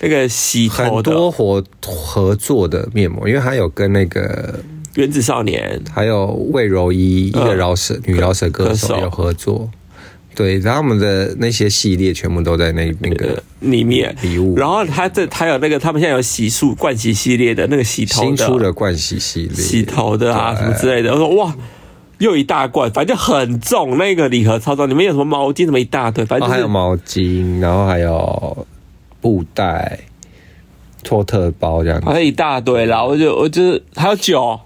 S1: 那个洗头
S3: 很
S1: 的哦
S3: 多活合作的面膜，因为他有跟那个
S1: 原子少年，
S3: 还有魏柔伊一个
S1: 嗯
S3: 饶舌、女饶舌歌
S1: 歌
S3: 手
S1: 手
S3: 有合作，对，然后我们的那些系列全部都在那那
S1: 呃
S3: 个
S1: 里面
S3: 礼物
S1: 然后它这还有那个他们现在有洗漱冠洗系列的那个洗头
S3: 新出
S1: 的、
S3: 的冠希系列，哦
S1: 洗头的啊什么之类的。我说哇，又一大罐，反正很重，那个礼盒超重。里面有什么毛巾什么一大堆，反
S3: 哦，
S1: 正、就
S3: 还
S1: 是
S3: 有毛巾，然后还有布袋、托特包这样子
S1: 反，正一大堆啦。我就我就是还有酒。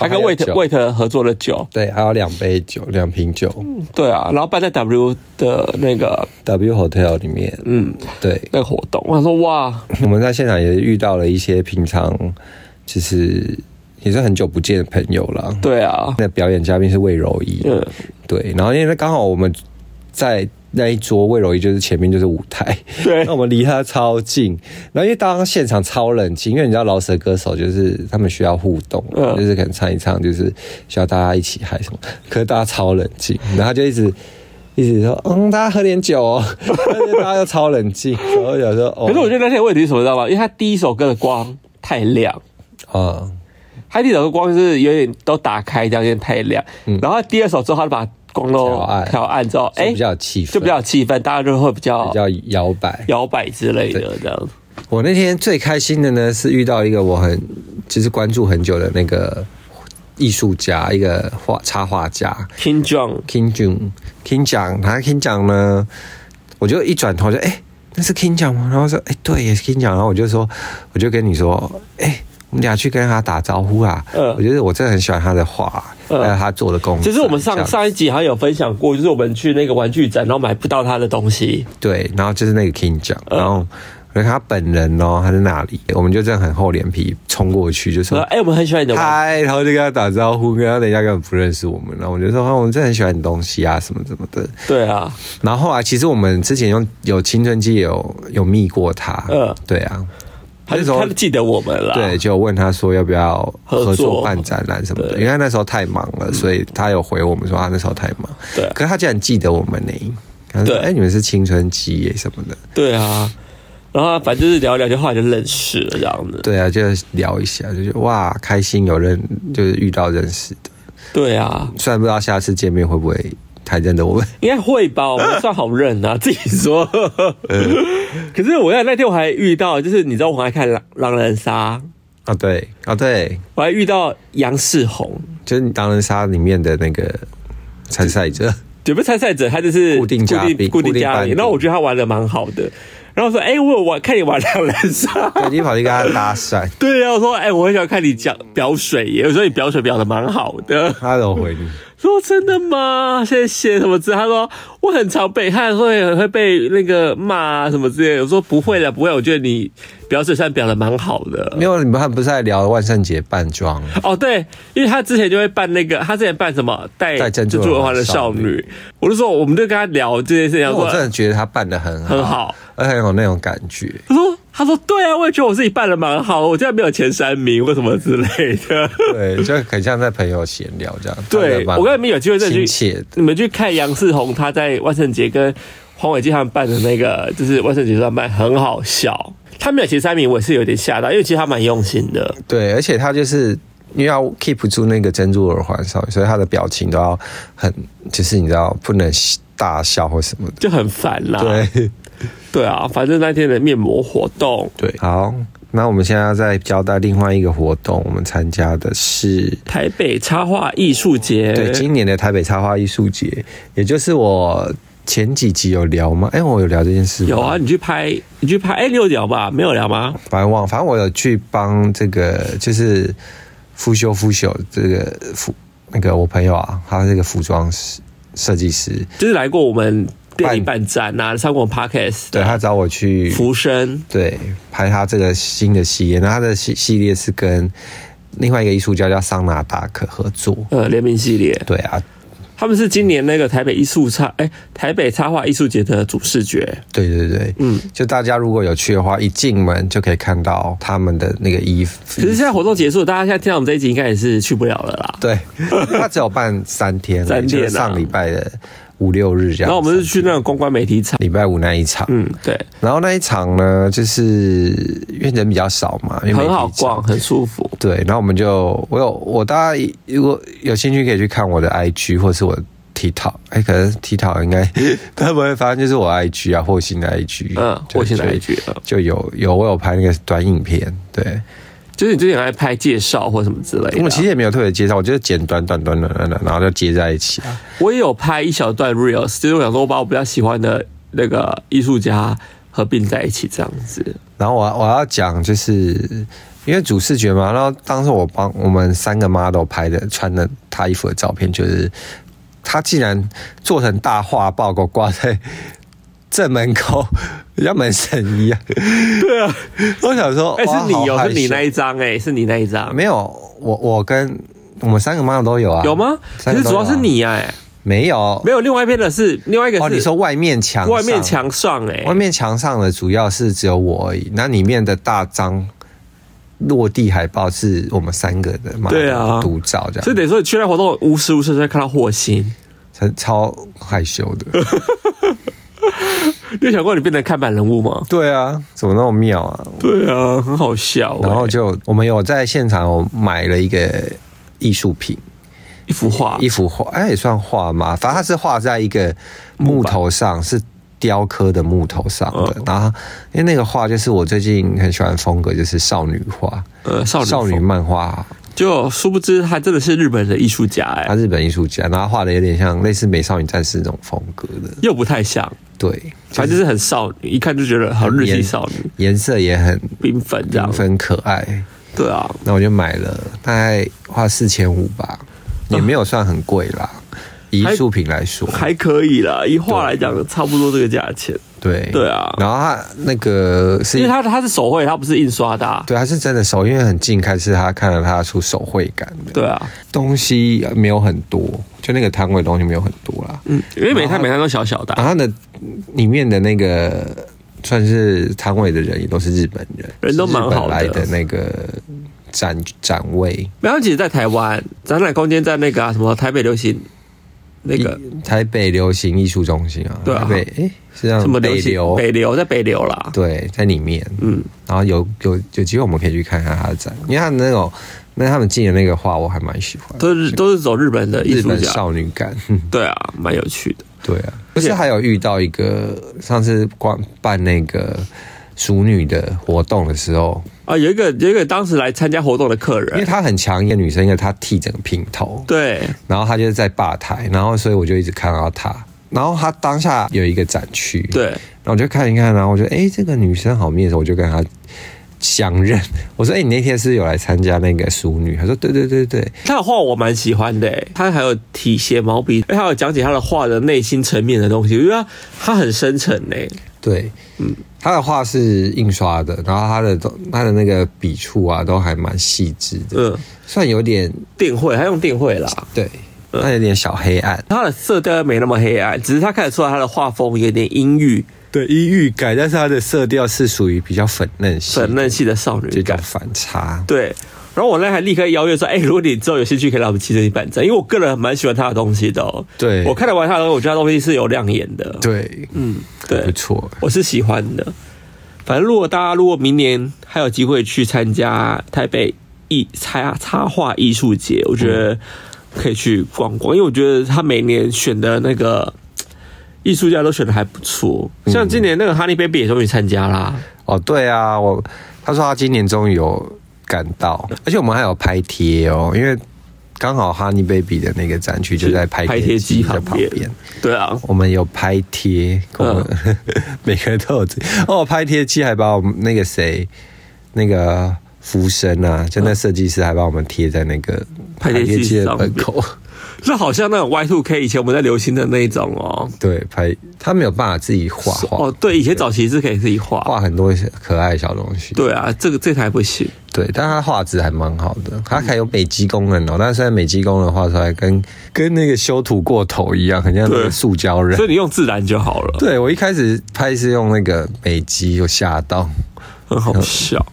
S1: 他跟
S3: 哦还有
S1: Wait
S3: 酒
S1: Wait 合作的酒，
S3: 对，还有两杯酒，两瓶酒
S1: 对啊，然后办在 W 的那个
S3: ，W Hotel 里面，嗯，对，
S1: 那个活动，我想说哇，
S3: 我们在现场也遇到了一些平常就是也是很久不见的朋友啦，
S1: 对啊，
S3: 那表演嘉宾是魏柔仪，
S1: 嗯
S3: 对，然后因为刚好我们在那一桌，魏柔仪就是前面就是舞台，
S1: 对
S3: 那我们离他超近，然后因为当现场超冷清，因为你知道饶舌歌手就是他们需要互动，
S1: 嗯
S3: 就是可能唱一唱，就是需要大家一起嗨什么，可是大家超冷静，然后他就一直。一直说，嗯，大家喝点酒哦， 但是大家又超冷静，然后想说，哦，
S1: 可是我觉得那天问题是什么，知道吗？因为他第一首歌的光太亮，
S3: 得啊，
S1: 他第一首歌光是有点都打开，这样有点太亮。然后第二首之后，他就把光都
S3: 嗯调暗
S1: 调暗之后，
S3: 就
S1: 哎，
S3: 比较有气氛
S1: 就比较有气氛，大家就会比较
S3: 比较摇摆。
S1: 摇摆之类的这样。
S3: 我那天最开心的呢，是遇到一个我很就是关注很久的那个艺术家，一个画插画家
S1: King John，
S3: King Jun King 奖，他 King 奖呢，我就一转头就哎、那是 King 奖吗？然后说哎、对，也是 King 奖。然后我就说，我就跟你说，哎、我们俩去跟他打招呼啦。
S1: 嗯
S3: 我觉得我真的很喜欢他的画，
S1: 嗯
S3: 还有他做的工作。
S1: 就是我们
S3: 这
S1: 上
S3: 样子
S1: 上一集好像有分享过，就是我们去那个玩具展，然后买不到他的东西，
S3: 对，然后就是那个 King 奖，然后我就看他本人哦，他在那里，我们就这样很厚脸皮冲过去，就
S1: 说
S3: 说
S1: 哎、我们很喜欢你的玩
S3: 嗨，然后就跟他打招呼，跟他等一下根本不认识我们，然后我就说啊，我们真的很喜欢你东西啊，什么什么的。
S1: 对啊，
S3: 然后后来其实我们之前用有青春期也有有密过他，
S1: 嗯啊
S3: 对啊，
S1: 他
S3: 那
S1: 就
S3: 时候
S1: 他就记得我们了。
S3: 对，，就问他说要不要
S1: 合作
S3: 合作办展览什么的，
S1: 对
S3: 因为他那时候太忙了，所以他有回我们说他啊那时候太忙。
S1: 对
S3: 可是他竟然记得我们呢，他说：“
S1: 对
S3: 哎、你们是青春期耶什么的。
S1: 对啊。然后反正就是聊一聊，就后来就认识了这样”子。
S3: 对啊，就聊一下，就觉得哇，开心有认，就是遇到认识的。
S1: 对啊，
S3: 虽然不知道下次见面会不会还认得我们，
S1: 应该会吧？我们算好认啊，自己说。
S3: 嗯
S1: 可是我要那天我还遇到，就是你知道我很爱看狼狼人杀，
S3: 啊，对，啊，对，
S1: 我还遇到杨世宏，
S3: 就是《狼人杀》里面的那个参赛 者，
S1: 也不是参赛者，他就是
S3: 固定嘉宾
S1: 固定
S3: 固定
S1: 嘉
S3: 班
S1: 宾。
S3: 底
S1: 然后我觉得他玩的蛮好的，然后我说：“哎、我有玩，看你玩狼人杀。”
S3: 我已经跑去跟他搭讪，
S1: 对啊，我说，哎、我很喜欢看你讲表水耶，有时候你表水表的蛮好 的。
S3: 他有回你，
S1: 说真的吗？谢谢什么之类，他说我很常北汉会很会被那个骂啊什么之类的。我说不会了，不会，我觉得你表水算表的蛮好的
S3: 没。有，你们他们不是在聊万圣节扮装？
S1: 哦，对，因为他之前就会扮那个，他之前扮什么带
S3: 戴珍珠
S1: 珠耳
S3: 耳环
S1: 环的少
S3: 少女
S1: 女，我就说，我们就跟他聊这件事情，他
S3: 但我真
S1: 说，
S3: 的哦觉得他扮的很好，
S1: 很好，
S3: 而且很有那种感觉。
S1: 他说，他说，对啊，我也觉得我自己扮的蛮好，我竟然没有前三名或什么之类 的。
S3: 对，就很像在朋友闲聊这样。
S1: 对， 我跟你们有机会再去
S3: 亲切的
S1: 你们去看杨世宏他在万圣节跟黄伟基他们办的那个，就是万圣节专卖，很好笑。他没有前三名，我也是有点吓到，因为其实他蛮用心 的。
S3: 对，而且他就是因为要 keep 住那个珍珠耳环上，所以他的表情都要很，就是你知道不能大笑或什么的。
S1: 就很烦啦，
S3: 对
S1: 对啊，反正那天的面膜活动，
S3: 对，好，那我们现在要再交代另外一个活动，我们参加的是。
S1: 台北插画艺术节，
S3: 对，今年的台北插画艺术节，也就是我前几集有聊吗？哎、我有聊这件事吗
S1: 有啊，，你去拍，你去拍，哎、你有聊吧？没有聊吗？
S3: 反正忘了，反正我有去帮这个就是复修复修这个服那个我朋友啊，他是个服装师设计师，
S1: 就是来过我们店里
S3: 办
S1: 办展啊，上过我们 podcast，
S3: 对他找我去
S1: 浮生，
S3: 对拍他这个新的系列，那他的系系列是跟另外一个艺术家叫桑拿达克合作，
S1: 呃，联名系列，
S3: 对啊，
S1: 他们是今年那个台北艺术插，哎、台北插画艺术节的主视觉，
S3: 对对对，嗯，就大家如果有去的话，一进门就可以看到他们的那个衣服，
S1: 可是现在活动结束，大家现在听到我们这一集应该也是去不了了啦。
S3: 对，他只有办三天而已，
S1: 三天啊
S3: 就是上礼拜的五六日这样子，
S1: 然后我们是去那种公关媒体场，
S3: 礼拜五那一场，
S1: 嗯，对，
S3: 然后那一场呢，就是因为人比较少嘛，因为
S1: 很
S3: 没
S1: 好
S3: 几场
S1: 逛，。很舒服。
S3: 对，然后我们就我有我大家如果有兴趣可以去看我的 IG 或是我的 TikTok，哎，可能 TikTok 应该 大家不会发现就是我 IG 啊，霍星的 IG，
S1: 嗯，
S3: 就
S1: 我现在
S3: 就
S1: IG 了，
S3: 就有有我有拍那个短影片，
S1: 啊
S3: 对，
S1: 就是你最近很爱拍介绍或什么之类的啊。
S3: 我其实也没有特别介绍，我就是剪短短短短短短，然后就接在一起啊，
S1: 我也有拍一小段 reels，就是我想说我把我比较喜欢的那个艺术家合并在一起这样子。
S3: 然后我我要讲就是因为主视觉嘛，然后当时我帮我们三个 model 拍的穿的他衣服的照片，就是他竟然做成大画报，给我挂在正门口，像门神一样。对啊， 我想说，
S1: 哎、
S3: 哇
S1: 是你
S3: 好
S1: 哦，
S3: 害
S1: 是你那
S3: 羞
S1: 一张，哎，是你那一张，
S3: 没有？我我跟我们三个 model 都有啊，
S1: 有吗？可
S3: 三个
S1: 是
S3: 都
S1: 主
S3: 有啊
S1: 要是你哎，
S3: 没有
S1: 没有另外一边的是另外一个
S3: 哦，
S1: 是
S3: 你说外面墙上
S1: 外面。墙上哎，
S3: 外面墙上的主要是只有我而已，那里面的大张落地海报是我们三个的嘛？
S1: 对啊
S3: 独照这
S1: 所以
S3: 样，
S1: 等于说你去那活动无时无刻都在看到霍星。
S3: 超超害羞的。
S1: 你有想过你变成看板人物吗？
S3: 对啊，怎么那么妙啊？
S1: 对啊，很好笑、欸。
S3: 然后就我们有在现场有买了一个艺术品，
S1: 一幅画
S3: 一，幅画，哎，也算画嘛，反正它是画在一个木头上，是雕刻的木头上的。
S1: 嗯
S3: 然后，因为那个画就是我最近很喜欢的风格，就是少女画、
S1: 呃，少女
S3: 少女
S1: 风，
S3: 漫画。
S1: 就殊不知他真的是日本的艺术家、
S3: 他
S1: 哎，
S3: 啊日本艺术家，然后他画的有点像类似美少女战士那种风格的，
S1: 又不太像，
S3: 对，
S1: 反正就是很少女，一看就觉得好日系少女，
S3: 颜色也很
S1: 缤纷这样
S3: 嗯缤。纷可爱。
S1: 对啊，
S3: 那我就买了，大概花四千五吧，也没有算很贵 啦，以艺术品来说，
S1: 还可以啦，以画来讲差不多这个价钱，
S3: 对
S1: 对啊
S3: 然后他那个是
S1: 因为他他是手绘，他不是印刷的、啊。
S3: 对，他是真的手，因为很近看是他看了他出手绘感的
S1: 对啊，
S3: 东西，没有很多，就那个摊位的东西没有很多啦。嗯，
S1: 因为每摊每摊都小小的啊、
S3: 然后呢，里面的那个算是摊位的人也都是日本人，
S1: 人都蛮好的
S3: 是日本来的那个展展位，
S1: 没有，其实在台湾展览空间在那个、啊、什么台北流行那个
S3: 一台北流行艺术中心啊，
S1: 对啊
S3: 台北哎、是让
S1: 什么流
S3: 北
S1: 行
S3: 流
S1: 北流在北流啦，
S3: 对，在里面，
S1: 嗯，
S3: 然后有有有机会我们可以去看看他的展，因为他的那种那他们进的那个画我还蛮喜欢，
S1: 都是都是走日本的艺
S3: 日
S1: 术
S3: 本
S1: 家，
S3: 少女 感，哼
S1: 对啊，蛮有趣的。
S3: 对啊，不是还有遇到一个上次光办那个熟女的活动的时候，
S1: 啊，有一个有一个当时来参加活动的客
S3: 因为
S1: 人，
S3: 她很强，一个女生，因为她剃整个平头，
S1: 对，
S3: 然后她就是在吧台，然后所以我就一直看到她。然后她当下有一个展区，
S1: 对
S3: 然后我就看一看，然后我觉得哎，诶这个女生好面熟，我就跟她相认。 我说哎，诶你那天是有来参加那个淑女？她说对对对对，
S1: 他的画我蛮喜欢的，欸他还有提写毛笔，哎，还有讲解他的画的内心层面的东西，我觉得他他很深沉呢。欸
S3: 对，嗯，她的画是印刷的，然后她的都她的那个笔触啊，都还蛮细致的，
S1: 嗯，
S3: 算有点
S1: 电绘，他用电绘啦，
S3: 对，那有点小黑暗。
S1: 他的色调没那么黑暗，只是他看得出来他的画风有点阴郁、
S3: 对，阴郁感，但是它的色调是属于比较粉嫩系，
S1: 粉嫩系的少女
S3: 这种
S1: 感。
S3: 反差。
S1: 对，然后我那还立刻邀约说，哎、如果你之后有兴趣，可以来我们骑车一办展，因为我个人蛮喜欢他的东西的、哦。
S3: 对
S1: 我看得完他的东西，我觉得他东西是有亮眼的。
S3: 对，
S1: 嗯，对，
S3: 不错。
S1: 我是喜欢的。反正如果大家如果明年还有机会去参加台北艺插插画艺术节，我觉
S3: 嗯
S1: 得可以去逛逛，因为我觉得他每年选的那个嘖艺术家都选的还不错。像
S3: 嗯
S1: 今年那个 Honey Baby 也终于参加啦，
S3: 哦，对啊，我他说他今年终于有赶到，而且我们还有拍贴哦，因为刚好 Honey Baby 的那个展区就在拍
S1: 拍贴机
S3: 机的
S1: 旁
S3: 旁
S1: 边
S3: 边。
S1: 对啊，
S3: 我们有拍贴，我们、
S1: 嗯
S3: 每个人都有自己。哦，拍贴机还把我们那个谁，那个福生啊，就那设计师还把我们贴在那个
S1: 嗯拍贴机
S3: 机的
S1: 上
S3: 门
S1: 面
S3: 口。
S1: 这好像那种 Y Two K 以前我们在流行的那一种哦。
S3: 对，拍他没有办法自己画画
S1: 哦，对，以前早期是可以自己画。
S3: 画很多可爱的小东西。
S1: 对啊，这个这台不行。
S3: 对，但他画质还蛮好的，他还有美肌功能哦。但虽然美肌功能画出来跟跟那个修图过头一样，很像那
S1: 对
S3: 个塑胶人
S1: 所。以你用自然就好了，
S3: 对我一开始拍是用那个美肌，有吓到。
S1: 很好笑。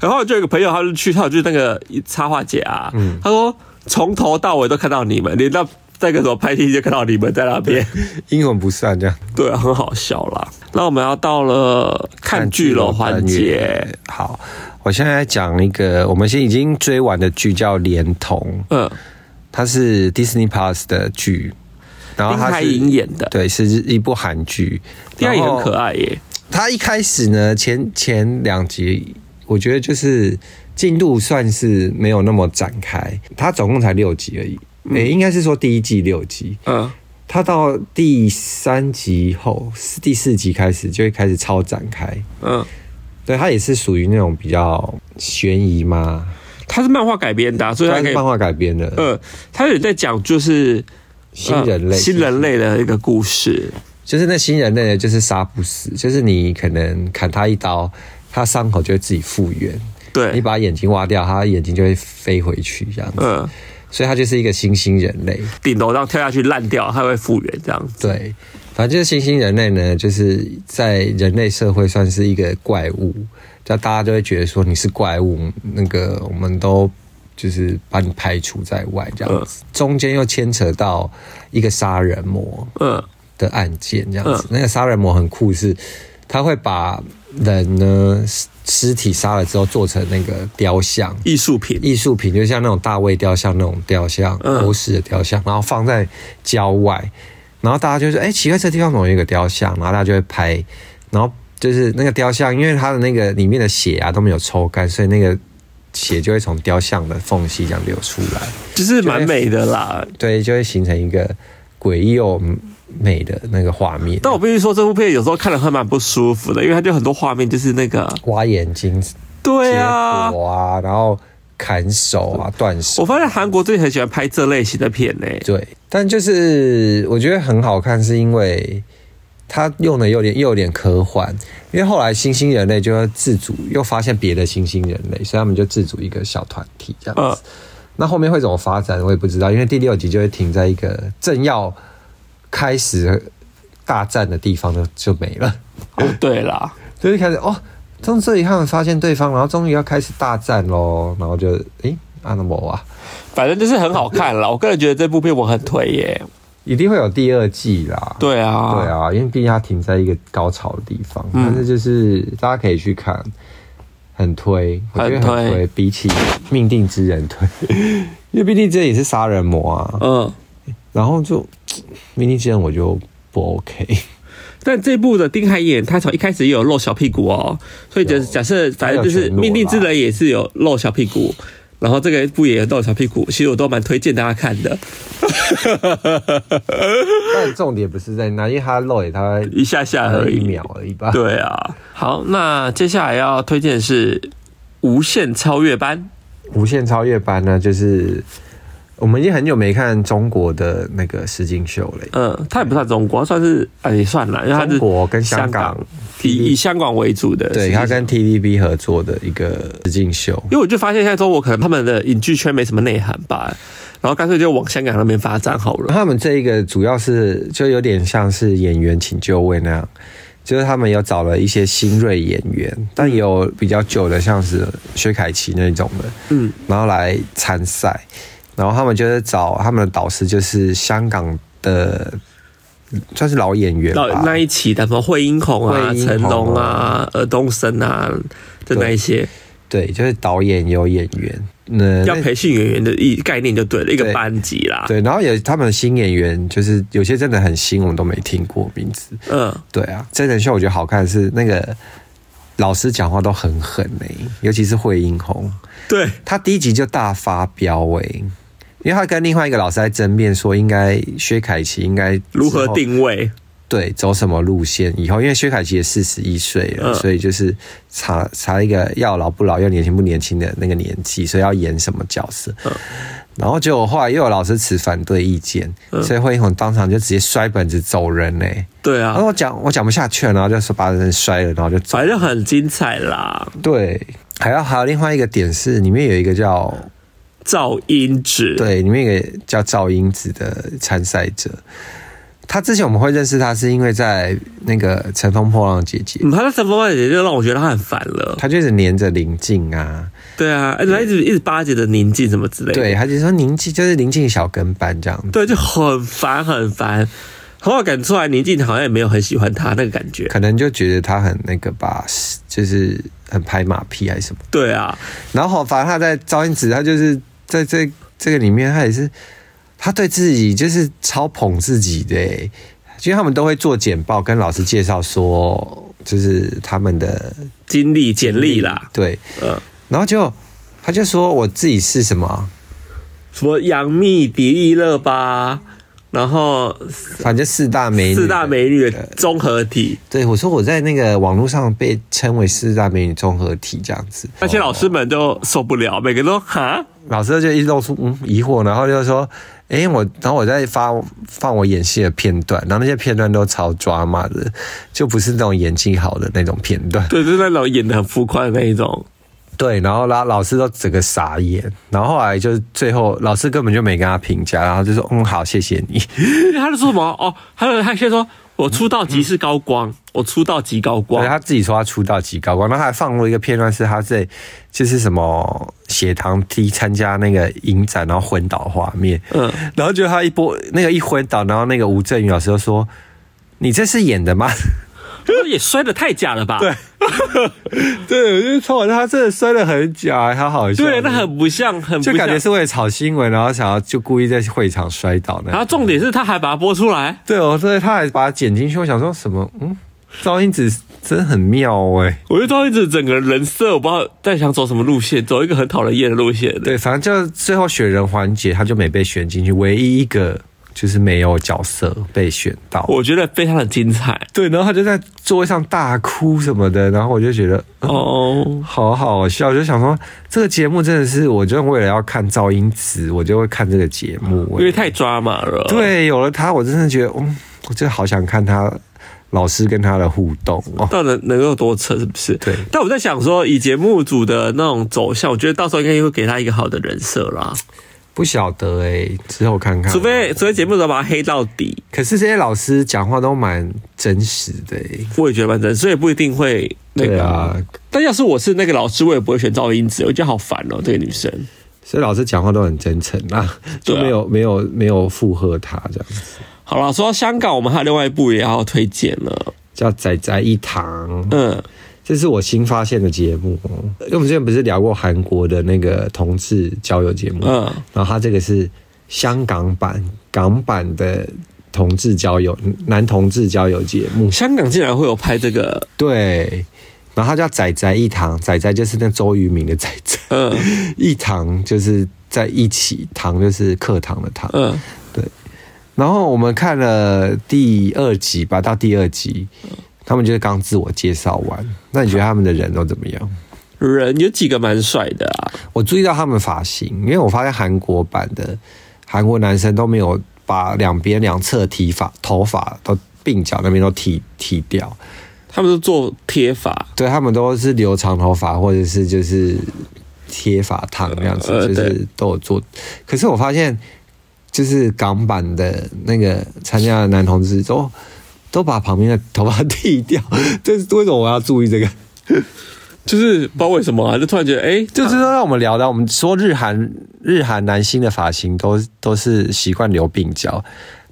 S1: 然后就有一个朋友，他就去，他有去那个插画节啊，
S3: 嗯
S1: 他说从头到尾都看到你们，连到那个什么拍戏就看到你们在那边，
S3: 阴魂不散这样。
S1: 对啊，很好笑啦。那我们要到了看剧了环节，。
S3: 好，我现在讲一个我们现在已经追完的剧叫《连同》，
S1: 嗯，
S3: 它是 Disney Plus 的剧，然后
S1: 丁
S3: 它
S1: 海
S3: 是
S1: 寅演的，
S3: 对，是一部韩剧。
S1: 丁海寅很可
S3: 爱。
S1: 爱耶，
S3: 它一开始呢，前前两集我觉得就是进度算是没有那么展开，它总共才六集而已。诶、应该是说第一季六集，
S1: 嗯，
S3: 它到第三集后，是第四集开始就会开始超展开。
S1: 嗯，
S3: 对，它也是属于那种比较悬疑嘛，
S1: 他是漫画改编的啊、所以他
S3: 虽然
S1: 可
S3: 是
S1: 以
S3: 漫，画改编的，
S1: 呃，他有在讲就是
S3: 新人类，
S1: 呃新人类的一个故事，
S3: 就是那新人类呢，就是杀不死，就是你可能砍他一刀，他伤口就会自己复原，你
S1: 对，
S3: 把眼睛挖掉，他眼睛就会飞回去这样子，
S1: 嗯，
S3: 所以他就是一个新兴人类。
S1: 顶楼这样跳下去烂掉，他会复原这样子，
S3: 对，反正就是新兴人类呢，就是在人类社会算是一个怪物，就大家就会觉得说你是怪物，那个我们都就是把你排除在外这样
S1: 嗯
S3: 子。中间又牵扯到一个杀人魔
S1: 嗯。
S3: 的案件这样子，那个杀人魔很酷是，他会把人呢尸尸体杀了之后做成那个雕像，
S1: 艺术品，
S3: 艺术品，就像那种大卫雕像那种雕像，
S1: 嗯
S3: 欧式的雕像，然后放在郊外，然后大家就说：“哎、奇怪，这地方怎么有一个雕像？”然后大家就会拍，然后就是那个雕像，因为它的那个里面的血啊都没有抽干，所以那个血就会从雕像的缝隙这样流出来，
S1: 就是蛮美的啦。
S3: 对，就会形成一个诡异又美的那个画面。
S1: 但我必须说，这部片有时候看了会蛮不舒服的，因为它就很多画面就是那个，
S3: 挖眼睛、结
S1: 对啊。
S3: 果啊，然后砍手啊、断手
S1: 我。发现韩国最近很喜欢拍这类型的片呢、
S3: 对，但就是我觉得很好看，是因为它用的有点又有点科幻，因为后来新兴人类就要自主，又发现别的新兴人类，所以他们就自主一个小团体这样
S1: 呃
S3: 子。，那后面会怎么发展，我也不知道，因为第六集就会停在一个正要开始大战的地方就就没了。
S1: 哦，对啦，
S3: 就是开始哦，从这里他们发现对方，然后终于要开始大战喽，然后就诶，阿诺摩啊，
S1: 反正就是很好看啦。我个人觉得这部片我很推耶。
S3: 一定会有第二季啦。
S1: 对啊，
S3: 对，啊，因为毕竟它停在一个高潮的地方，但是就是大家可以去看，很推，我觉得
S1: 很
S3: 很
S1: 推
S3: 推，比起《命定之人》推， 因为《命定之人》也是杀人魔啊，
S1: 嗯。
S3: 然后就《命定之人》我就不 OK，
S1: 但这部的丁海演，他从一开始也有露小屁股哦，所以假假设反正就是
S3: 他
S1: 《
S3: 有全裸啦
S1: 命定之人》也是有露小屁股，然后这个部也有露小屁股，其实我都蛮推荐大家看的。
S3: 但重点不是在那，因为他露脸，他
S1: 一下下而已
S3: 一 秒而已吧。
S1: 对啊，好，那接下来要推荐的是《无限超越班》。
S3: 无限超越班呢，就是我们已经很久没看中国的那个实境秀了。
S1: 嗯，它也不算中国，它算是啊也算了，因为它是
S3: 中国跟香
S1: 香
S3: 港
S1: 以以香港为主的。
S3: 对他跟 TVB 合作的一个实境秀，
S1: 因为我就发现现在中国可能他们的影剧圈没什么内涵吧，然后干脆就往香港那边发展好了。
S3: 他们这一个主要是就有点像是演员请就位那样，就是他们有找了一些新锐演员，但也有比较久的，像是薛凯琪那种的，
S1: 嗯，
S3: 然后来参赛，然后他们就是找他们的导师就是香港的算是老演员
S1: 到
S3: 吧，
S1: 那一期的什么惠英红啊、
S3: 惠英红啊
S1: 成龙啊、尔冬升啊的那一些，
S3: 对，就是导演有演员，那
S1: 要
S3: 那
S1: 培训演员的一概念就对了，一个
S3: 对
S1: 班级啦。
S3: 对，然后有他们的新演员，就是有些真的很新，我们都没听过名字，
S1: 嗯，
S3: 对啊，真人秀我觉得好看的是那个老师讲话都很狠呢、尤其是惠英红，
S1: 对，
S3: 他第一集就大发飙哎、因为他跟另外一个老师在争辩说，应该薛凯琪应该
S1: 如何
S3: 之后
S1: 定位？
S3: 对走什么路线以后，因为薛凯琪也四十一岁了，
S1: 嗯
S3: 所以就是查查一个要老不老要年轻不年轻的那个年纪，所以要演什么角色。
S1: 嗯
S3: 然后结果后来又有老师持反对意见，
S1: 嗯
S3: 所以惠英红当场就直接摔本子走人欸嘞、
S1: 对
S3: 然
S1: 啊
S3: 后，我讲我讲不下去了，然后就说把人摔了，然后就走。
S1: 反正很精彩啦。
S3: 对，还有还有另外一个点是，里面有一个叫
S1: 赵英子，
S3: 对，里面有一个叫赵英子的参赛者。他之前我们会认识他，是因为在那个《乘风破浪的姐姐》，
S1: 嗯，他的乘风破浪姐姐就让我觉得他很烦了。
S3: 他就是黏着林静啊，
S1: 对啊，而且他一直一直巴结着宁静什么之类的。
S3: 对，他就说宁静就是宁静小跟班这样，
S1: 对，就很烦很烦。很好感出来，宁静好像也没有很喜欢他那个感觉。
S3: 可能就觉得他很那个吧，就是很拍马屁还是什么。
S1: 对啊，
S3: 然后反正他在赵英子，他就是在这这个里面，他也是他对自己就是超捧自己的欸，因为他们都会做简报，跟老师介绍说，就是他们的
S1: 经历简历啦，
S3: 对，
S1: 呃，
S3: 然后就他就说我自己是什么，啊
S1: 什么杨幂、迪丽热巴，然后
S3: 反正四大美女，
S1: 四大美女的综合体。
S3: 对我说我在那个网络上被称为四大美女综合体这样子，
S1: 那些老师们都受不了，每个都哈，
S3: 老师就一直露出嗯疑惑，然后就说：“诶，我，然后我在发放我演戏的片段，然后那些片段都超抓马的，就不是那种演技好的那种片段。
S1: 对，就是那种演的很浮夸的那一种。
S3: 对，然后老老师都整个傻眼，然后后来就是最后老师根本就没跟他评价，然后就说：嗯，好，谢谢你。
S1: 他就说什么哦，他他先说我出道即是高光，我出道即高光
S3: 对，，他自己说他出道极高光，然后他还放过一个片段是他在就是什么血糖低参加那个影展，然后昏倒的画面。
S1: 嗯，
S3: 然后就他一波那个一昏倒，然后那个吴镇宇老师就说：“你这是演的吗
S1: 这也摔的太假了吧？对？”
S3: 对，我就超好笑，他真的摔得很假，他好笑。
S1: 对，那很不像，很不
S3: 就
S1: 像
S3: 感觉。是为了炒新闻，然后想要就故意在会场摔倒那
S1: 然
S3: 样。
S1: 后重点是他还把它播出来，
S3: 对哦，所以他还把它剪进去，我想说什么？嗯，赵英子真很妙哎、
S1: 我就到一直整个人设，我不知道在想走什么路线，走一个很讨人厌的路线。
S3: 对，反正就是最后选人环节，他就没被选进去，唯一一个就是没有角色被选到。
S1: 我觉得非常的精彩
S3: 对，然后他就在座位上大哭什么的，然后我就觉得
S1: 哦。
S3: 好好笑，我就想说这个节目真的是，我就为了要看赵英子，我就会看这个节目，
S1: 因为太抓马了，，
S3: 对有了他，我真的觉得，嗯，我真的好想看他老师跟他的互动哦。
S1: 到底能够多扯是不是？
S3: 对
S1: 但我在想说，以节目组的那种走向，我觉得到时候应该会给他一个好的人设啦。
S3: 不晓得哎、之后看看。
S1: 除非除非节目组把它黑到底，
S3: 可是这些老师讲话都蛮真实的哎、
S1: 我也觉得蛮真，所以不一定会那
S3: 对
S1: 个。
S3: 啊，
S1: 但要是我是那个老师，我也不会选赵英子，我觉得好烦哦、这个女生。
S3: 所以老师讲话都很真诚啊，就
S1: 对啊
S3: 没有、没有没有附和他这样子。
S1: 好啦，说到香港，我们还有另外一部也要推荐了。
S3: 叫仔仔一堂，
S1: 嗯，
S3: 这是我新发现的节目，因为我们之前不是聊过韩国的那个同志交友节目，
S1: 嗯
S3: 然后它这个是香港版港版的同志交友男同志交友节目，
S1: 香港竟然会有拍这个，
S3: 对，然后它叫仔仔一堂，仔仔就是那周渝民的仔仔，
S1: 嗯
S3: 一堂就是在一起，堂就是课堂的堂，
S1: 嗯，
S3: 然后我们看了第二集吧，到第二集，他们就是刚自我介绍完，那你觉得他们的人都怎么样？
S1: 人有几个蛮帅的啊，
S3: 我注意到他们发型，因为我发现韩国版的韩国男生都没有把两边两侧剃发，头发都鬓角那边都剃剃掉，
S1: 他们都做贴法，
S3: 对他们都是留长头发或者是就是贴发烫那样子，
S1: 呃
S3: 就是都有做。可是我发现，就是港版的那个参加的男同志都都把旁边的头发剃掉， 这是为什么我要注意这个？
S1: 就是不知道为什么啊，就突然觉得，哎、就
S3: 就
S1: 是是
S3: 说让我们聊到，我们说日韩日韩男星的发型都都是习惯留鬓角，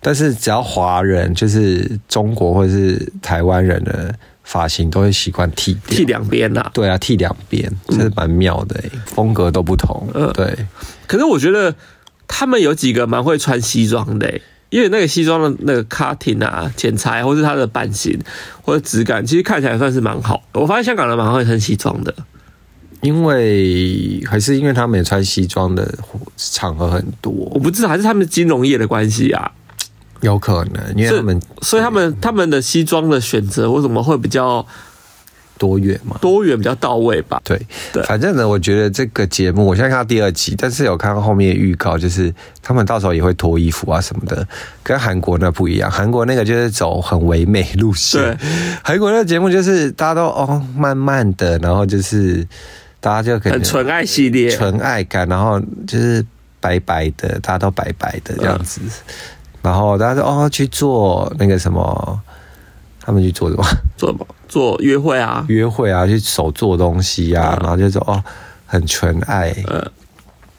S3: 但是只要华人，就是中国或者是台湾人的发型，都会习惯剃掉。
S1: 剃两边呐。
S3: 对啊，剃两边，真是蛮妙的、欸，风格都不同。
S1: 嗯
S3: 对，
S1: 可是我觉得他们有几个蛮会穿西装的、欸因为那个西装的那个 cutting 啊、剪裁，或是它的版型或者质感，其实看起来算是蛮好的。我发现香港人蛮会穿西装的，
S3: 因为还是因为他们也穿西装的场合很
S1: 我
S3: 多，
S1: 不知道还是他们金融业的关系啊，
S3: 有可能因为他们
S1: 所以他们他们的西装的选择为什么会比较
S3: 多元嘛。
S1: 多元、比较到位吧？
S3: 对，
S1: 对
S3: 反正呢，我觉得这个节目，我现在看到第二集，但是有看到后面的预告，就是他们到时候也会脱衣服啊什么的，跟韩国那不一样。韩国那个就是走很唯美路线
S1: 对，
S3: 韩国那个节目就是大家都哦慢慢的，然后就是大家就可能
S1: 很纯爱系列，
S3: 纯爱感，然后就是白白的，大家都白白的这样子。
S1: 嗯
S3: 然后大家说哦，去做那个什么，他们去做什么
S1: 做什么？做约会啊？
S3: 约会啊，去手做东西啊，
S1: 嗯
S3: 然后就说哦，很纯爱。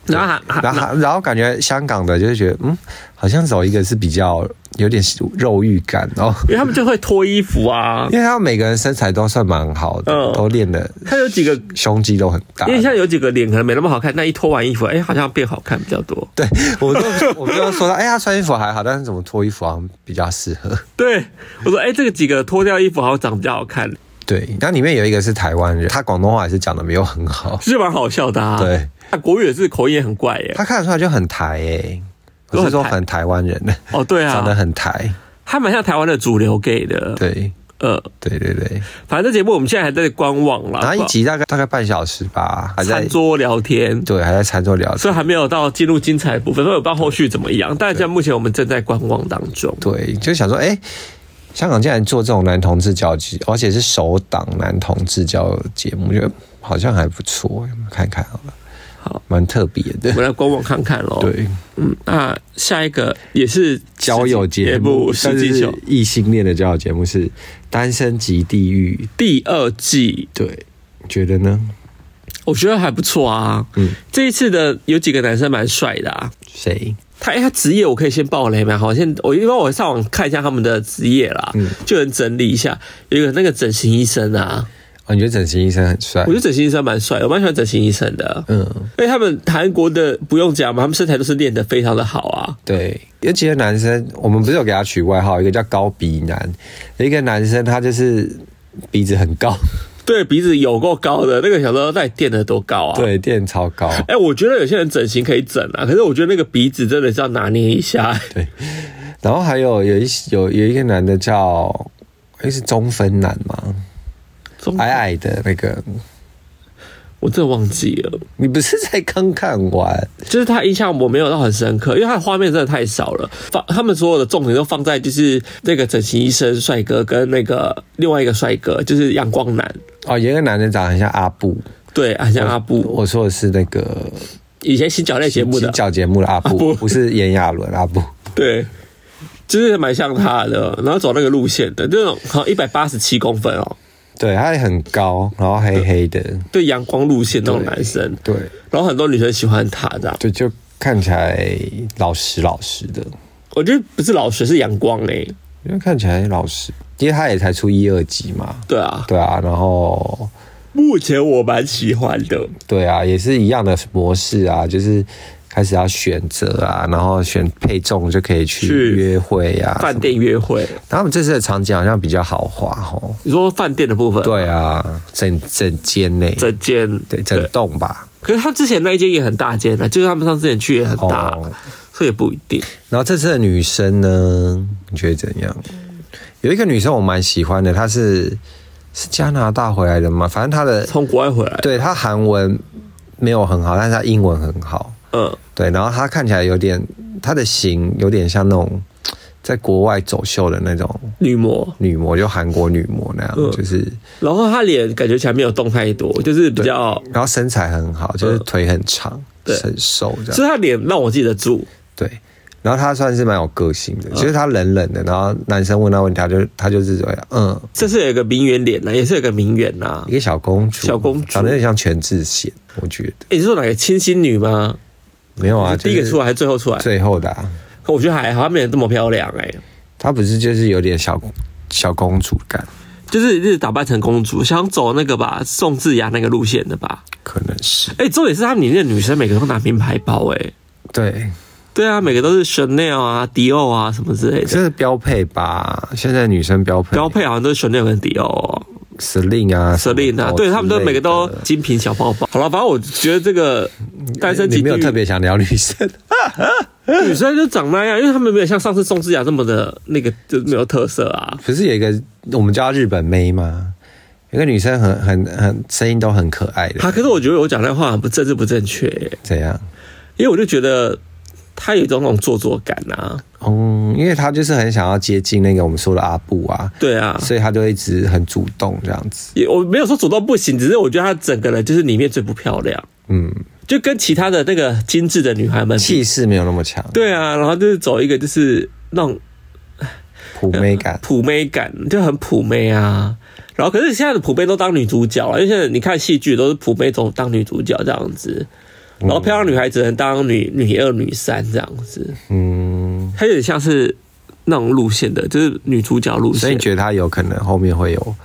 S1: 然后还
S3: 然
S1: 还
S3: 后然后感觉香港的就是觉得嗯，好像走一个是比较有点肉欲感哦，
S1: 因为他们就会脱衣服啊，
S3: 因为他们每个人身材都算蛮好的，
S1: 嗯
S3: 都练的
S1: 他有几个，
S3: 胸肌都很大
S1: 因。为像有几个脸可能没那么好看，但一脱完衣服，哎、好像变好看比较多。
S3: 对，我都我都说到， 哎呀，穿衣服还好，但是怎么脱衣服好像比较适合。
S1: 对，我说，哎、这个几个脱掉衣服好像长比较好看，
S3: 对，那里面有一个是台湾人，他广东话还是讲的没有很好，
S1: 是蛮好笑的啊。
S3: 对，
S1: 那国语也是口音也很怪 耶。
S3: 他看得出来就很台诶、欸，
S1: 都
S3: 我是
S1: 很
S3: 说
S1: 台
S3: 很台湾人，
S1: 哦，对
S3: 长得
S1: 啊，
S3: 很台，
S1: 他蛮像台湾的主流 gay 的。，
S3: 对
S1: 呃，
S3: 对对对。
S1: 反正这节目我们现在还在观望啦，
S3: 然后一集大概大概半小时吧，还在
S1: 餐桌聊天。
S3: 对还在餐桌聊
S1: 所以
S3: 天，
S1: 还没有到进入精彩的部分，所以我不知道后续怎么样。但现在目前我们正在观望当中。
S3: 对，就想说哎。香港竟然做这种男同志交集，而且是首档男同志交友节目，觉得好像还不错，看看好了，
S1: 好，
S3: 蛮特别的
S1: 我。们来观望看看喽。，
S3: 对，
S1: 嗯，那下一个也是
S3: 交友节目，
S1: 实
S3: 但
S1: 际
S3: 是
S1: 秀
S3: 是异性恋的交友节目是《单身即地狱》，
S1: 第二季，
S3: 对，觉得呢？
S1: 我觉得还不错啊。
S3: 嗯，
S1: 这一次的有几个男生蛮帅的啊。
S3: 谁？
S1: 他哎、他职业我可以先爆雷吗？好，现我因为我上网看一下他们的职业啦，
S3: 嗯
S1: 就能整理一下。有一个那个整形医生啊，
S3: 哦，你觉得整形医生很帅
S1: 我觉？得整形医生蛮帅的，我蛮喜欢整形医生的。
S3: 嗯，
S1: 因为他们韩国的不用讲嘛，他们身材都是练得非常的好啊。
S3: 对，有几个男生，我们不是有给他取外号，一个叫高鼻男，有一个男生他就是鼻子很 高，
S1: 对，鼻子有够高的，那个小时候到底垫得多高啊？。
S3: 对，垫超高。
S1: 哎、我觉得有些人整形可以整啊，可是我觉得那个鼻子真的是要拿捏一下。
S3: 然后还有有一有有一个男的叫，哎是中分男嘛，
S1: 中
S3: 矮矮的那个，
S1: 我真的忘记了，
S3: 你不是才刚看完？
S1: 就是他印象我没有到很深刻，因为他的画面真的太少了。放他们所有的重点都放在就是那个整形医生帅哥跟那个另外一个帅哥，就是阳光男，啊
S3: 哦，有一个男的长得很像阿布，
S1: 对，很像阿布。
S3: 我说的是那个
S1: 以前洗脚类节目的
S3: 洗，脚节目的阿布，
S1: 布
S3: 不是炎亚纶阿布，
S1: 对，就是蛮像他的，然后走那个路线的，那种好像一百八十七公分哦，
S3: 对，他也很高，然后黑黑的，
S1: 对阳光路线那种男生，
S3: 对
S1: 然后很多女生喜欢他这样，
S3: 对，就看起来老实老实的，
S1: 我觉得不是老实是阳光哎、
S3: 因为看起来老实，因为他也才出一二集嘛，
S1: 对啊，
S3: 对啊，然后
S1: 目前我蛮喜欢的，
S3: 对啊，也是一样的模式啊，就是开始要选择啊，然后选配重就可以去
S1: 去
S3: 约会啊。
S1: 饭店约会，
S3: 他们这次的场景好像比较豪华哦。
S1: 你说饭店的部分，，
S3: 对啊，整整间内，
S1: 整间，
S3: 对整栋吧。
S1: 可是他之前那一间也很大间啊，就是他们上次也去也很大，
S3: 哦
S1: 所以也不一定。
S3: 然后这次的女生呢，你觉得怎样？有一个女生我蛮喜欢的，她是是加拿大回来的嘛，反正她的
S1: 从国外回来，
S3: 对她韩文没有很好，但是她英文很好。
S1: 嗯，
S3: 对，然后她看起来有点，她的型有点像那种在国外走秀的那种
S1: 女模，
S3: 女模，就韩国女模那样，
S1: 嗯
S3: 就是
S1: 然后她脸感觉起来没有动太多，就是比较，
S3: 然后身材很好，就是腿很长，
S1: 嗯对
S3: 很瘦这
S1: 所
S3: 样。
S1: 以她脸让我记得住，
S3: 对，然后她算是蛮有个性
S1: 嗯
S3: 的，就是她冷冷的，然后男生问她问题，她就她就是这样，嗯，
S1: 这次有一个名媛脸呢、也是有个名媛呐、啊
S3: 一。个小公主，
S1: 小公主
S3: 长得有点像全智贤，我觉得
S1: 诶你是说哪个清新女吗？
S3: 没有啊，
S1: 第一
S3: 就
S1: 个
S3: 是
S1: 出来还是最后出来？
S3: 最后的、啊，
S1: 可我觉得还好，她没有这么漂亮哎、
S3: 她不是就是有点小小公主感，
S1: 就是一直打扮成公主，想走那个吧，宋智雅那个路线的吧。
S3: 可能是
S1: 哎、重点是他们里面的女生每个都拿名牌包哎、
S3: 对，
S1: 对啊，每个都是 Chanel 啊、迪奥啊什么之类
S3: 这
S1: 的，
S3: 是标配吧？现在女生标配，
S1: 标配好像都是 Chanel 跟迪奥、哦。
S3: Celine 啊
S1: c e l i n
S3: 什么
S1: 对他们都
S3: 之类
S1: 每个都
S3: 的
S1: 精品小包包。好了，反正我觉得这个单身
S3: 你
S1: 级地
S3: 没有
S1: 狱
S3: 特别想聊女生，
S1: 女生就长那样，因为他们没有像上次宋智雅这么的那个就没有特色啊。
S3: 不是有一个我们叫她日本妹吗？有个女生很很很声音都很可爱的，
S1: 啊，可是我觉得我讲那话很不政治不正确耶、
S3: 怎样？
S1: 因为我就觉得她有一种那种做作感啊。
S3: 嗯，因为她就是很想要接近那个我们说的阿布啊，
S1: 对啊，
S3: 所以她就一直很主动这样子。
S1: 也我没有说主动不行，只是我觉得她整个人就是里面最不漂亮，
S3: 嗯，
S1: 就跟其他的那个精致的女孩们比。
S3: 气势没有那么强，，
S1: 对啊，然后就是走一个就是那种
S3: 普妹感。
S1: 普妹感，就很普妹啊。然后可是现在的普妹都当女主角了，因为现在你看戏剧都是普妹总当女主角这样子，
S3: 嗯
S1: 然后漂亮女孩只能当女女二、女三这样子，
S3: 嗯，
S1: 她有点像是那种路线的，就是女主角路线。
S3: 所以你觉得她有可能后面会有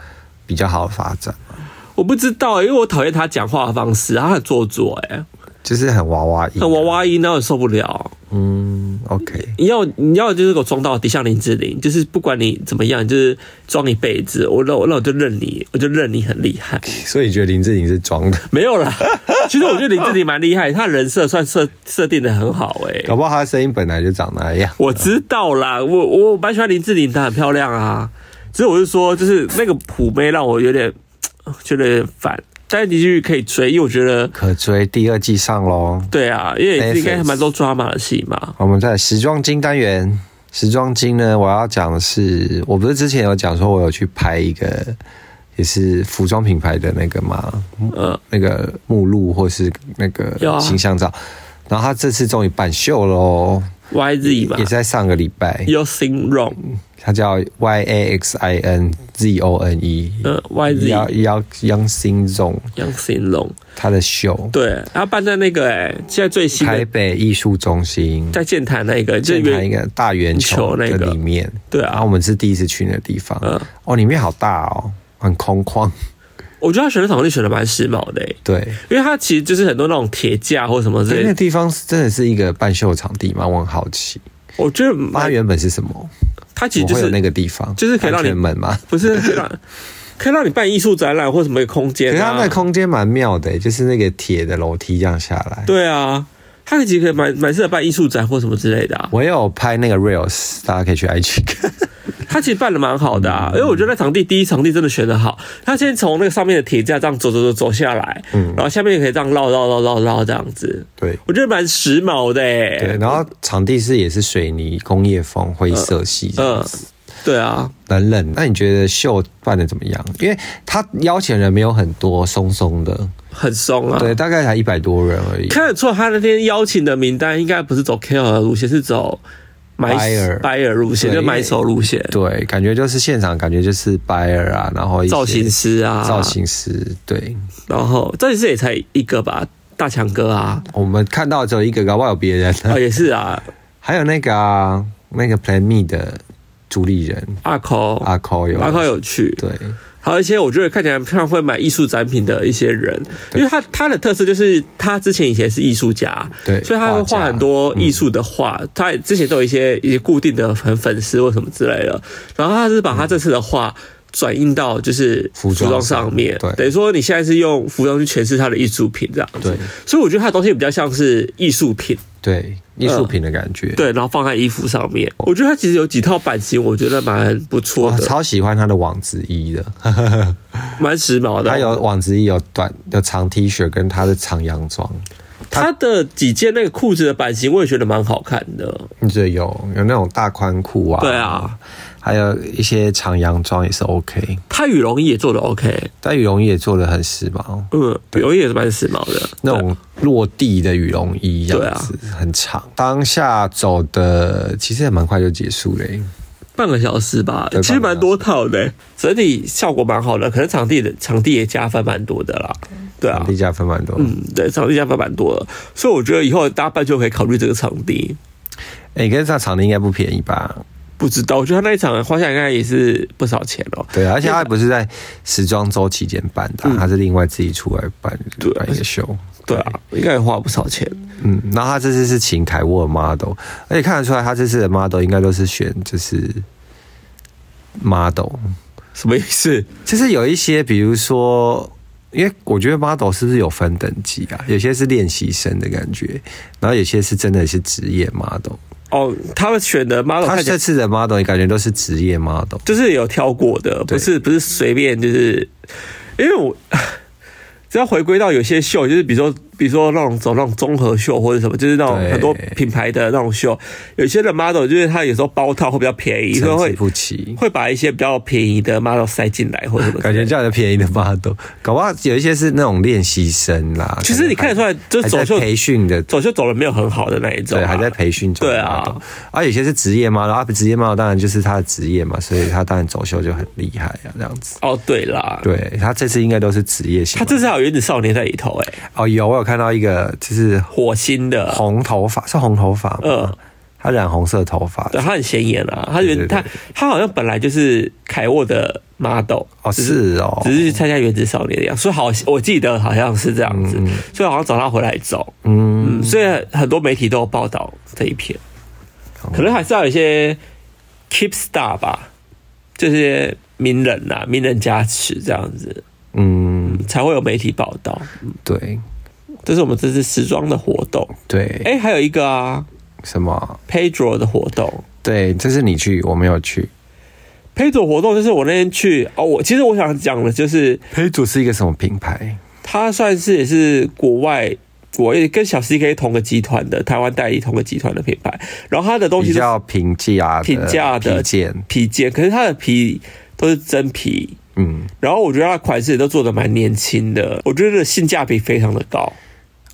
S3: 比较好的发展吗，
S1: 我不知道、因为我讨厌她讲话的方式，她很做作、
S3: 嗯
S1: 哎，
S3: 就是很娃娃音，
S1: 很娃。娃音，那我受不了。
S3: 嗯，OK，
S1: 你要你要就是给我装到底像林志玲，就是不管你怎么样，就是装一辈子，我那我那我就认你，我就认你很厉害。
S3: 所以你觉得林志颖是装的，
S1: 没有啦， 其实我觉得林志玲蛮厉害，她人设算设设定的很好哎、
S3: 搞不好她的声音本来就长那样。
S1: 我知道啦，我我蛮喜欢林志玲，她很漂亮啊。只是我是说，就是那个普妹让我有点觉得有点烦，但是你继续可以追，因为我觉得
S3: 可追第二季上喽。
S1: 对啊，因为应该还蛮多抓马的戏嘛。
S3: 我们在时装金单元，时装金呢，我要讲的是，我不是之前有讲说我有去拍一个也是服装品牌的那个嘛，
S1: 嗯
S3: 那个目录或是那个
S1: 有啊
S3: 形象照，然后他这次终于办秀喽，
S1: ，YZ 嘛
S3: 也是在上个礼拜，
S1: ，You Sing Wrong，
S3: 他叫 Y A X I N Z O N E，
S1: 嗯
S3: 要
S1: ，YZ
S3: 要 Young Sing Zong
S1: You Sing Wrong，
S3: 他的秀，
S1: 对，她办在那个哎、现在最新
S3: 台
S1: 的
S3: 北艺术中心，
S1: 在建坛那个，就是
S3: 建台一
S1: 原
S3: 个大圆球的里面，
S1: 对啊
S3: 然后我们是第一次去那个地方，
S1: 嗯
S3: 哦，里面好大哦，很空旷，
S1: 我觉得她选的场地选的蛮时髦的、欸。
S3: 对，
S1: 因为它其实就是很多那种铁架或什么之
S3: 对
S1: 类
S3: 那个
S1: 的，
S3: 地方是真的是一个半秀场地吗？我很好奇，
S1: 我觉得
S3: 它
S1: 蛮
S3: 原本是什么？
S1: 它其
S3: 怎
S1: 实就
S3: 么会有
S1: 是
S3: 那个地方？
S1: 就是可以让你
S3: 安全门吗？
S1: 不是可以 让可以让你办艺术展览或什么空
S3: 可
S1: 间
S3: 是它
S1: 啊
S3: 那个？空间蛮妙的、欸就是那个铁的楼梯这样下来。
S1: 对啊，它其实可以蛮蛮适合办艺术展或什么之类的啊。
S3: 我有拍那个 reels，大家可以 去 IG 看。
S1: 它其实办的蛮好的
S3: 嗯
S1: 啊，因为我觉得那场地第一场地真的选的好，它先从那个上面的铁架这样走走走走下来，
S3: 嗯
S1: 然后下面也可以这样绕绕绕绕绕这样子，
S3: 对
S1: 我觉得蛮时髦的欸
S3: 对，然后场地是也是水泥工业风灰色系这样
S1: 嗯
S3: 子。，
S1: 对啊，
S3: 冷冷。那你觉得秀办的怎么样？因为他邀请人没有很多，松松的，
S1: 很松啊。
S3: 对，大概才一百多人而已。
S1: 看得出他那天邀请的名单应该不是走 KOL 的路线，是走买
S3: Buyer
S1: 白尔路线，
S3: 对
S1: 就买手路线，
S3: 对，感觉就是现场，感觉就是白尔啊，然后一些
S1: 造型师啊，
S3: 造，型师，对
S1: 然后造型师也才一个吧，大强哥啊，
S3: 我们看到只有一个，搞不好有别人。
S1: 哦也是啊，
S3: 还有那个、啊、那个 Plan Me 的主理人
S1: 阿抠
S3: 阿 Q 有
S1: 阿抠有去，
S3: 对
S1: 还有一些我觉得看起来像会买艺术展品的一些人，因为他他的特色就是他之前以前是艺术家，
S3: 对
S1: 所以他会
S3: 画
S1: 画
S3: 家嗯
S1: 很多艺术的画，他也之前都有一些一些固定的很粉丝或什么之类的，然后他是把他这次的画。转印到就是
S3: 服装
S1: 装
S3: 上
S1: 上面，
S3: 对
S1: 等于说你现在是用服装去诠释他的艺术品这样子，
S3: 对
S1: 所以我觉得他的东西比较像是艺术品，
S3: 对，艺术品的感觉。
S1: 嗯
S3: 啊
S1: 对，然后放在衣服上面。我觉得他其实有几套版型，我觉得蛮不错
S3: 我
S1: 的，
S3: 超喜欢他的网子衣的，
S1: 蛮时髦的。
S3: 他有网子衣，有短有长 T 恤跟他的长洋装，
S1: 他的几件那个裤子的版型，我也觉得蛮好看的。
S3: 对，有有那种大宽裤啊，
S1: 对啊，
S3: 还有一些长洋装也是 OK，
S1: 他羽绒衣也做的 OK，
S3: 但羽绒衣也做的很时髦，
S1: 嗯，羽绒衣也是蛮时髦的。
S3: 那种落地的羽绒衣这样
S1: 啊
S3: 子，很长。当下走的其实也蛮快就结束嘞、
S1: 半个小时吧，
S3: 对
S1: 其实蛮多套的、整体效果蛮好的。可能场地的场地也加分蛮多的啦，对啊
S3: 场，地加分蛮多。哎、
S1: 嗯，对，场地加分蛮多的，所以我觉得以后大家办就可以考虑这个场地。
S3: 跟上场地应该不便宜吧？
S1: 不知道，我觉得他那一场花下来应该也是不少钱哦、
S3: 对啊，而且他也不是在时装周期间办的啊、
S1: 嗯
S3: 他是另外自己出来办
S1: 对
S3: 办一个秀。
S1: 对啊，应该也花了不少钱。
S3: 嗯，然后他这次是请凯沃尔 model，而且看得出来他这次的 model 应该都是选就是 model，
S1: 什么意思？
S3: 就是有一些比如说，因为我觉得 model 是不是有分等级啊？有些是练习生的感觉，然后有些是真的是职业 model。
S1: 哦，他们选的 model
S3: 他
S1: 哦看起来
S3: 这次的 model 感觉都是职业 model，
S1: 就是有挑过的，不
S3: 对
S1: 是不是随便就是，因为我 只要回归到有些秀，就是比如说比如说那种走那种综合秀或者什么，就是那种
S3: 对
S1: 很多品牌的那种秀，有些的 model 就是他有时候包套会比较便宜，所以
S3: 参差
S1: 会
S3: 不齐。
S1: 会把一些比较便宜的 model 塞进来或者什么之类的。
S3: 感觉叫人便宜的 model，搞不好有一些是那种练习生啦。
S1: 其实你看得出来，就是
S3: 还
S1: 走
S3: 在
S1: 秀
S3: 培训的
S1: 走秀走的没有很好的那一种、啊
S3: 对，还在。培训中。
S1: 对啊，
S3: 啊，有些是职业嘛，然后他啊职业嘛，当然就是他的职业嘛，所以他当然走秀就很厉害啊，这样子。
S1: 哦，对啦，
S3: 对他这次应该都是职业型
S1: 他
S3: 嘛。
S1: 这次还有原子少年在里头、欸，哎，
S3: 哦，有我有看到一个就是
S1: 火星的，
S3: 红头发，是红头发吗？
S1: 嗯
S3: 他染红色头发。
S1: 对，他很显眼啊，他原
S3: 对对
S1: 他
S3: 对
S1: 他好像本来就是凯沃的 model，
S3: 哦，
S1: 只是
S3: 是哦，
S1: 只是去参加原子少年的样，所以好，我记得好像是这样子，所以好像找他回来走，
S3: 嗯，
S1: 嗯，所以很多媒体都有报道这一篇，
S3: 哦
S1: 可能还是要有一些 keep star 吧，这些名人呐、啊，名人加持这样子，
S3: 嗯，
S1: 才会有媒体报道。
S3: 对
S1: 这是我们这次时装的活动，
S3: 对，
S1: 哎、还有一个啊
S3: 什么？
S1: ，Pedro 的活动，
S3: 对，这是你去，我没有去。
S1: 陪酒活动就是我那天去哦，我其实我想讲的就是，
S3: 黑主是一个什么品牌？
S1: 它算是也是国外国外跟小 CK 同个集团的台湾代理同个集团的品牌，然后它的东西
S3: 比
S1: 都是
S3: 较平价的
S1: 平价的
S3: 皮件，
S1: 皮件，可是它的皮都是真皮，
S3: 嗯，
S1: 然后我觉得它的款式也都做的蛮年轻的，我觉得性价比非常的高，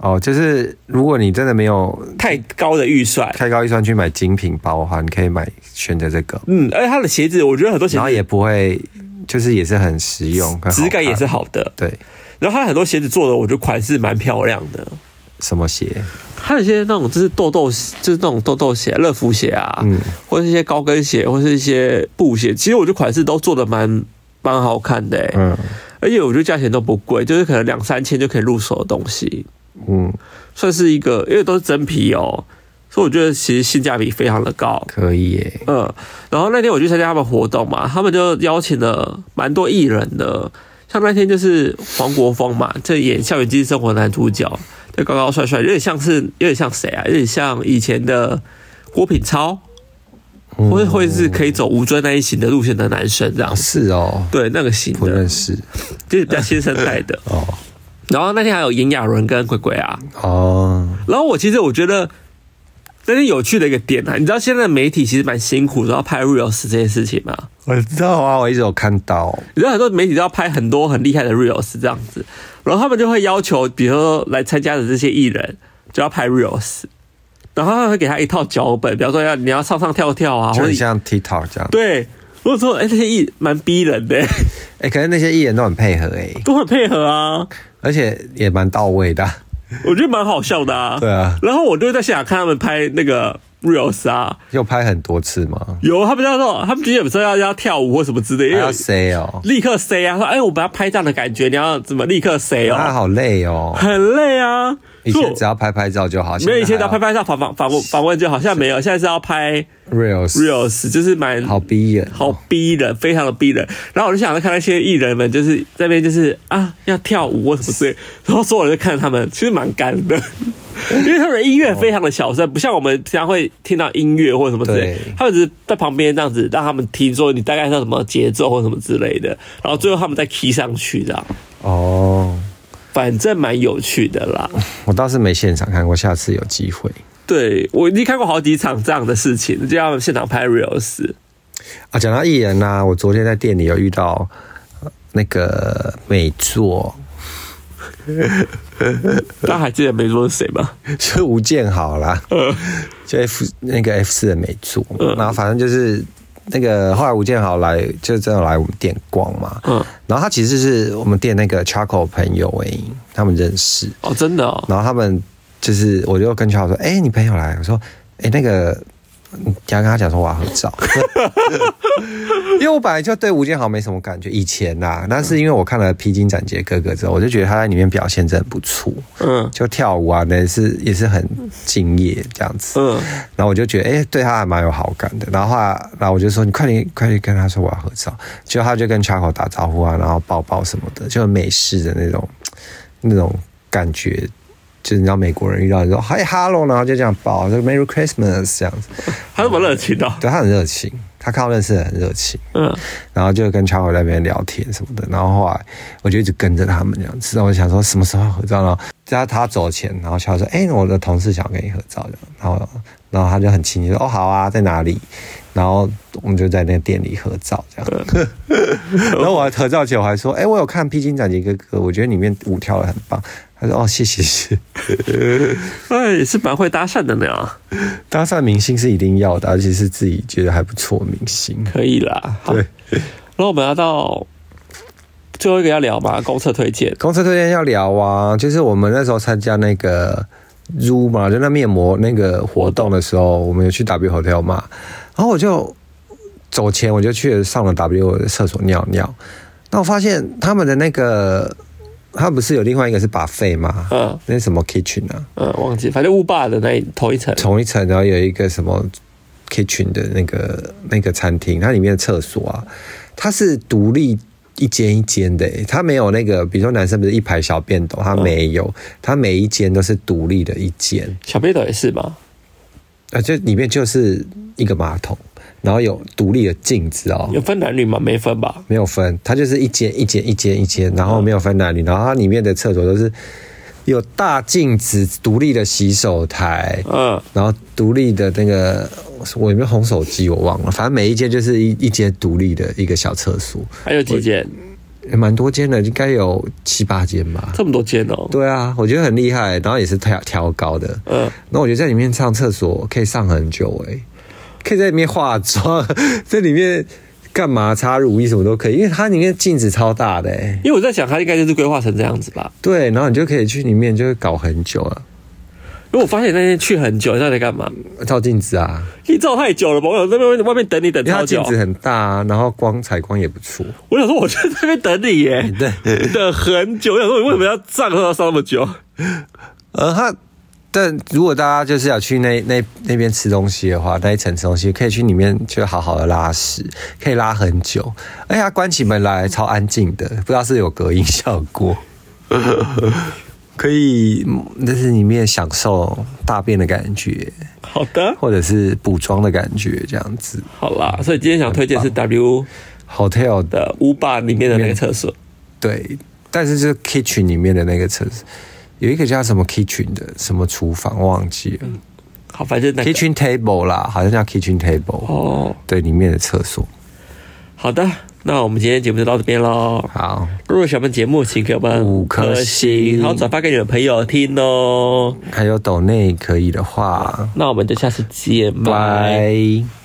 S3: 哦，就是如果你真的没有
S1: 太高的预算，
S3: 开高预算去买精品包的话，你可以买选择这个，
S1: 嗯，而且它的鞋子我觉得很多鞋
S3: 然后
S1: 子
S3: 也不会，就是也是很实用，很好看
S1: 质感也是好的，
S3: 对。
S1: 然后它很多鞋子做的我觉得款式蛮漂亮的，
S3: 什么鞋？
S1: 它有些那种就是豆豆，就是那种豆豆鞋、乐福鞋啊，
S3: 嗯
S1: 或者是一些高跟鞋，或是一些布鞋，其实我觉得款式都做的蛮蛮好看的、欸，
S3: 嗯
S1: 而且我觉得价钱都不贵，就是可能两三千就可以入手的东西，
S3: 嗯，
S1: 算是一个，因为都是真皮哦，所以我觉得其实性价比非常的高。
S3: 可以耶。
S1: 嗯，然后那天我去参加他们活动嘛，他们就邀请了蛮多艺人的，像那天就是黄国锋嘛，这演《校园经济生活》男主角，就高高帅帅，有点像是有点像谁啊？有点像以前的郭品超，或者会是可以走吴尊那一型的路线的男生这样
S3: 哦，。是哦，
S1: 对，那个型
S3: 不认
S1: 的，
S3: 识
S1: 就是比较新生代 的。
S3: 哦
S1: 然后那天还有炎亚纶跟鬼鬼啊，
S3: 哦，
S1: 然后我其实我觉得但是有趣的一个点啊，你知道现在的媒体其实蛮辛苦，都要拍 reels 这些事情吗？
S3: 我知道啊，我一直有看到，
S1: 你知道很多媒体都要拍很多很厉害的 reels 这样子，然后他们就会要求，比如说来参加的这些艺人就要拍 reels，然后他们会给他一套脚本，比方说要你要上上跳跳啊，
S3: 就
S1: 或
S3: 很
S1: 者
S3: 像 TikTok 这样。
S1: 对，我说哎、这些艺蛮逼人的，
S3: 哎、可是那些艺人都很配合哎、
S1: 都很配合啊，
S3: 而且也蛮到位的啊。
S1: 我觉得蛮好笑的啊。
S3: 对啊
S1: 然后我就会在现场看他们拍那个 reels 啊，
S3: 又拍很多次吗？
S1: 有他们叫做他们今天有时候要要跳舞或什么之类，
S3: 还
S1: 因为
S3: 要塞哦，
S1: 立刻 say 啊，说哎、我把它拍这样的感觉，你要怎么立刻 say 哦，
S3: 啊，好 累哦。
S1: 很累啊。
S3: 以
S1: 所以
S3: 前
S1: 我
S3: 只要拍拍照就好，
S1: 没有以前
S3: 只
S1: 只要拍拍照访访访问访问就好，现在没有，现在是要拍
S3: reels
S1: reels，就是蛮
S3: 好逼人、哦
S1: 好，逼人，非常的逼人。然后我就想着看那些艺人们，就是在那边就是啊要跳舞或什么之类，然后所有人就看他们，其实蛮干的，因为他们的音乐非常的小声，不像我们平常会听到音乐或什么之类
S3: 对，
S1: 他们只是在旁边这样子让他们听说你大概是要什么节奏或什么之类的，然后最后他们再 key 上去这样，
S3: 哦。
S1: 反正蛮有趣的啦。
S3: 我倒是没现场看过，下次有机会
S1: 对我已经看过好几场这样的事情，就要现场拍 reels。
S3: 啊。讲到艺人呐、我昨天在店里有遇到呃那个美 作，
S1: 大家还记得没说是谁吗？
S3: 就是吴建豪啦，
S1: 嗯
S3: 就 F 那个 F 四的美作，然后反正就是那个后来吴建豪来，就真的来我们店逛嘛，
S1: 嗯，
S3: 然后他其实是我们店那个 Charco 朋友诶、他们认识，
S1: 哦，真的哦，
S3: 然后他们就是，我就跟乔说：“哎、你朋友来。”我说：“哎、那个，你要跟他讲说我要合照。” 因为我本来就对吴建豪没什么感觉，以前呐、但是因为我看了《披荆斩棘的哥哥》之后，我就觉得他在里面表现真的不错，
S1: 嗯
S3: 就跳舞啊，那是也是很敬业这样子。
S1: 嗯，
S3: 然后我就觉得，哎、对他还蛮有好感的。然后后来，然后我就说，你快点，快点跟他说我要合照。结果他就跟 Chaco 打招呼啊，然后抱抱什么的，就很美式的那种那种感觉。就是你知道美国人遇到你说嗨 hello，然后就这样抱，就 Merry Christmas 这样子。
S1: 他这么热情的哦、
S3: 对他很热情，他看到认识的人很热情。
S1: 嗯，
S3: 然后就跟 Charles 在那边聊天什么的，然后后来我就一直跟着他们这样子，然后我想说什么时候合照，然后在他走前，然后 Charles 说：“哎、我的同事想跟你合照。”这样，然后然后他就很亲切说：“哦，好啊，在哪里？”然后我们就在那个店里合照这样。然后我还合照前我还说：“哎、我有看《披荆斩棘哥哥》，我觉得里面舞跳的很棒。”他说：“哦，谢谢谢。”
S1: 哎，也是蛮会搭讪的呢，
S3: 搭讪明星是一定要的，而且是自己觉得还不错的明星。
S1: 可以啦。好，
S3: 对
S1: 然后我们要到最后一个要聊嘛，公厕推荐。
S3: 公车推荐要聊啊，就是我们那时候参加那个 Zoo 嘛，就那面膜那个活动的时候，我们有去 W Hotel 嘛，然后我就走前我就去上了 W 的厕所尿尿，那我发现他们的那个，他不是有另外一个是把费吗？
S1: 嗯
S3: 那是什么 kitchen 啊？
S1: 嗯，忘记，反正雾霸的那一头一层。
S3: 同一层，然后有一个什么 kitchen 的那个那个餐厅，它里面的厕所啊，它是独立一间一间的、欸，它没有那个，比如说男生不是一排小便斗，它没有，它每一间都是独立的一间，
S1: 小便斗也是嘛，
S3: 呃，就里面就是一个马桶，然后有独立的镜子哦，
S1: 有分男女吗？没分吧？
S3: 没有分，它就是一间一间一间一间，然后没有分男女，然后它里面的厕所都是有大镜子、独立的洗手台，
S1: 嗯，
S3: 然后独立的那个我有没有红手机我忘了，反正每一间就是一一间独立的一个小厕所，
S1: 还有几间？
S3: 也蛮多间的，应该有七八间吧。
S1: 这么多间哦。
S3: 对啊，我觉得很厉害，然后也是挑挑高的。
S1: 嗯，
S3: 那我觉得在里面上厕所可以上很久诶、可以在里面化妆， 在里面干嘛擦乳液什么都可以，因为它里面镜子超大的诶、
S1: 因为我在想，它应该就是规划成这样子吧。
S3: 对，然后你就可以去里面就会搞很久啊，
S1: 因为我发现那天去很久，你知道在干嘛？
S3: 照镜子啊，
S1: 你照太久了吧？我想在外面外面等你等
S3: 因为它
S1: 超
S3: 镜
S1: 久。
S3: 子很大、啊，然后光采光也不错。
S1: 我想说，我就在那边等 你耶，
S3: 对。
S1: 等很久。我想说，你为什么要上课要上那么久？
S3: 呃，它但如果大家就是要去那那那边吃东西的话，那一层吃东西可以去里面就好好的拉屎，可以拉很久。而且它关起门来超安静的，不知道是有隔音效 果，可以嗯就是里面享受大便的感觉，
S1: 好的，
S3: 或者是补妆的感觉这样子。
S1: 好啦，所以今天想推荐是 W
S3: hotel 的
S1: 的 U 霸里面的那个厕所，
S3: 对，但是就是 kitchen 里面的那个厕所，有一个叫什么 kitchen 的什么厨房忘记了。
S1: 好，反嗯正那个
S3: kitchen table 啦，好像叫 kitchen table，、
S1: 哦，
S3: 对，里面的厕所。
S1: 好的，那我们今天节目就到这边喽。
S3: 好，
S1: 如果喜欢我们节目，请给我们
S3: 五颗星
S1: 然后转发给你的朋友听哦。
S3: 还有斗内可以的话，
S1: 那我们就下次见，拜。
S3: 拜。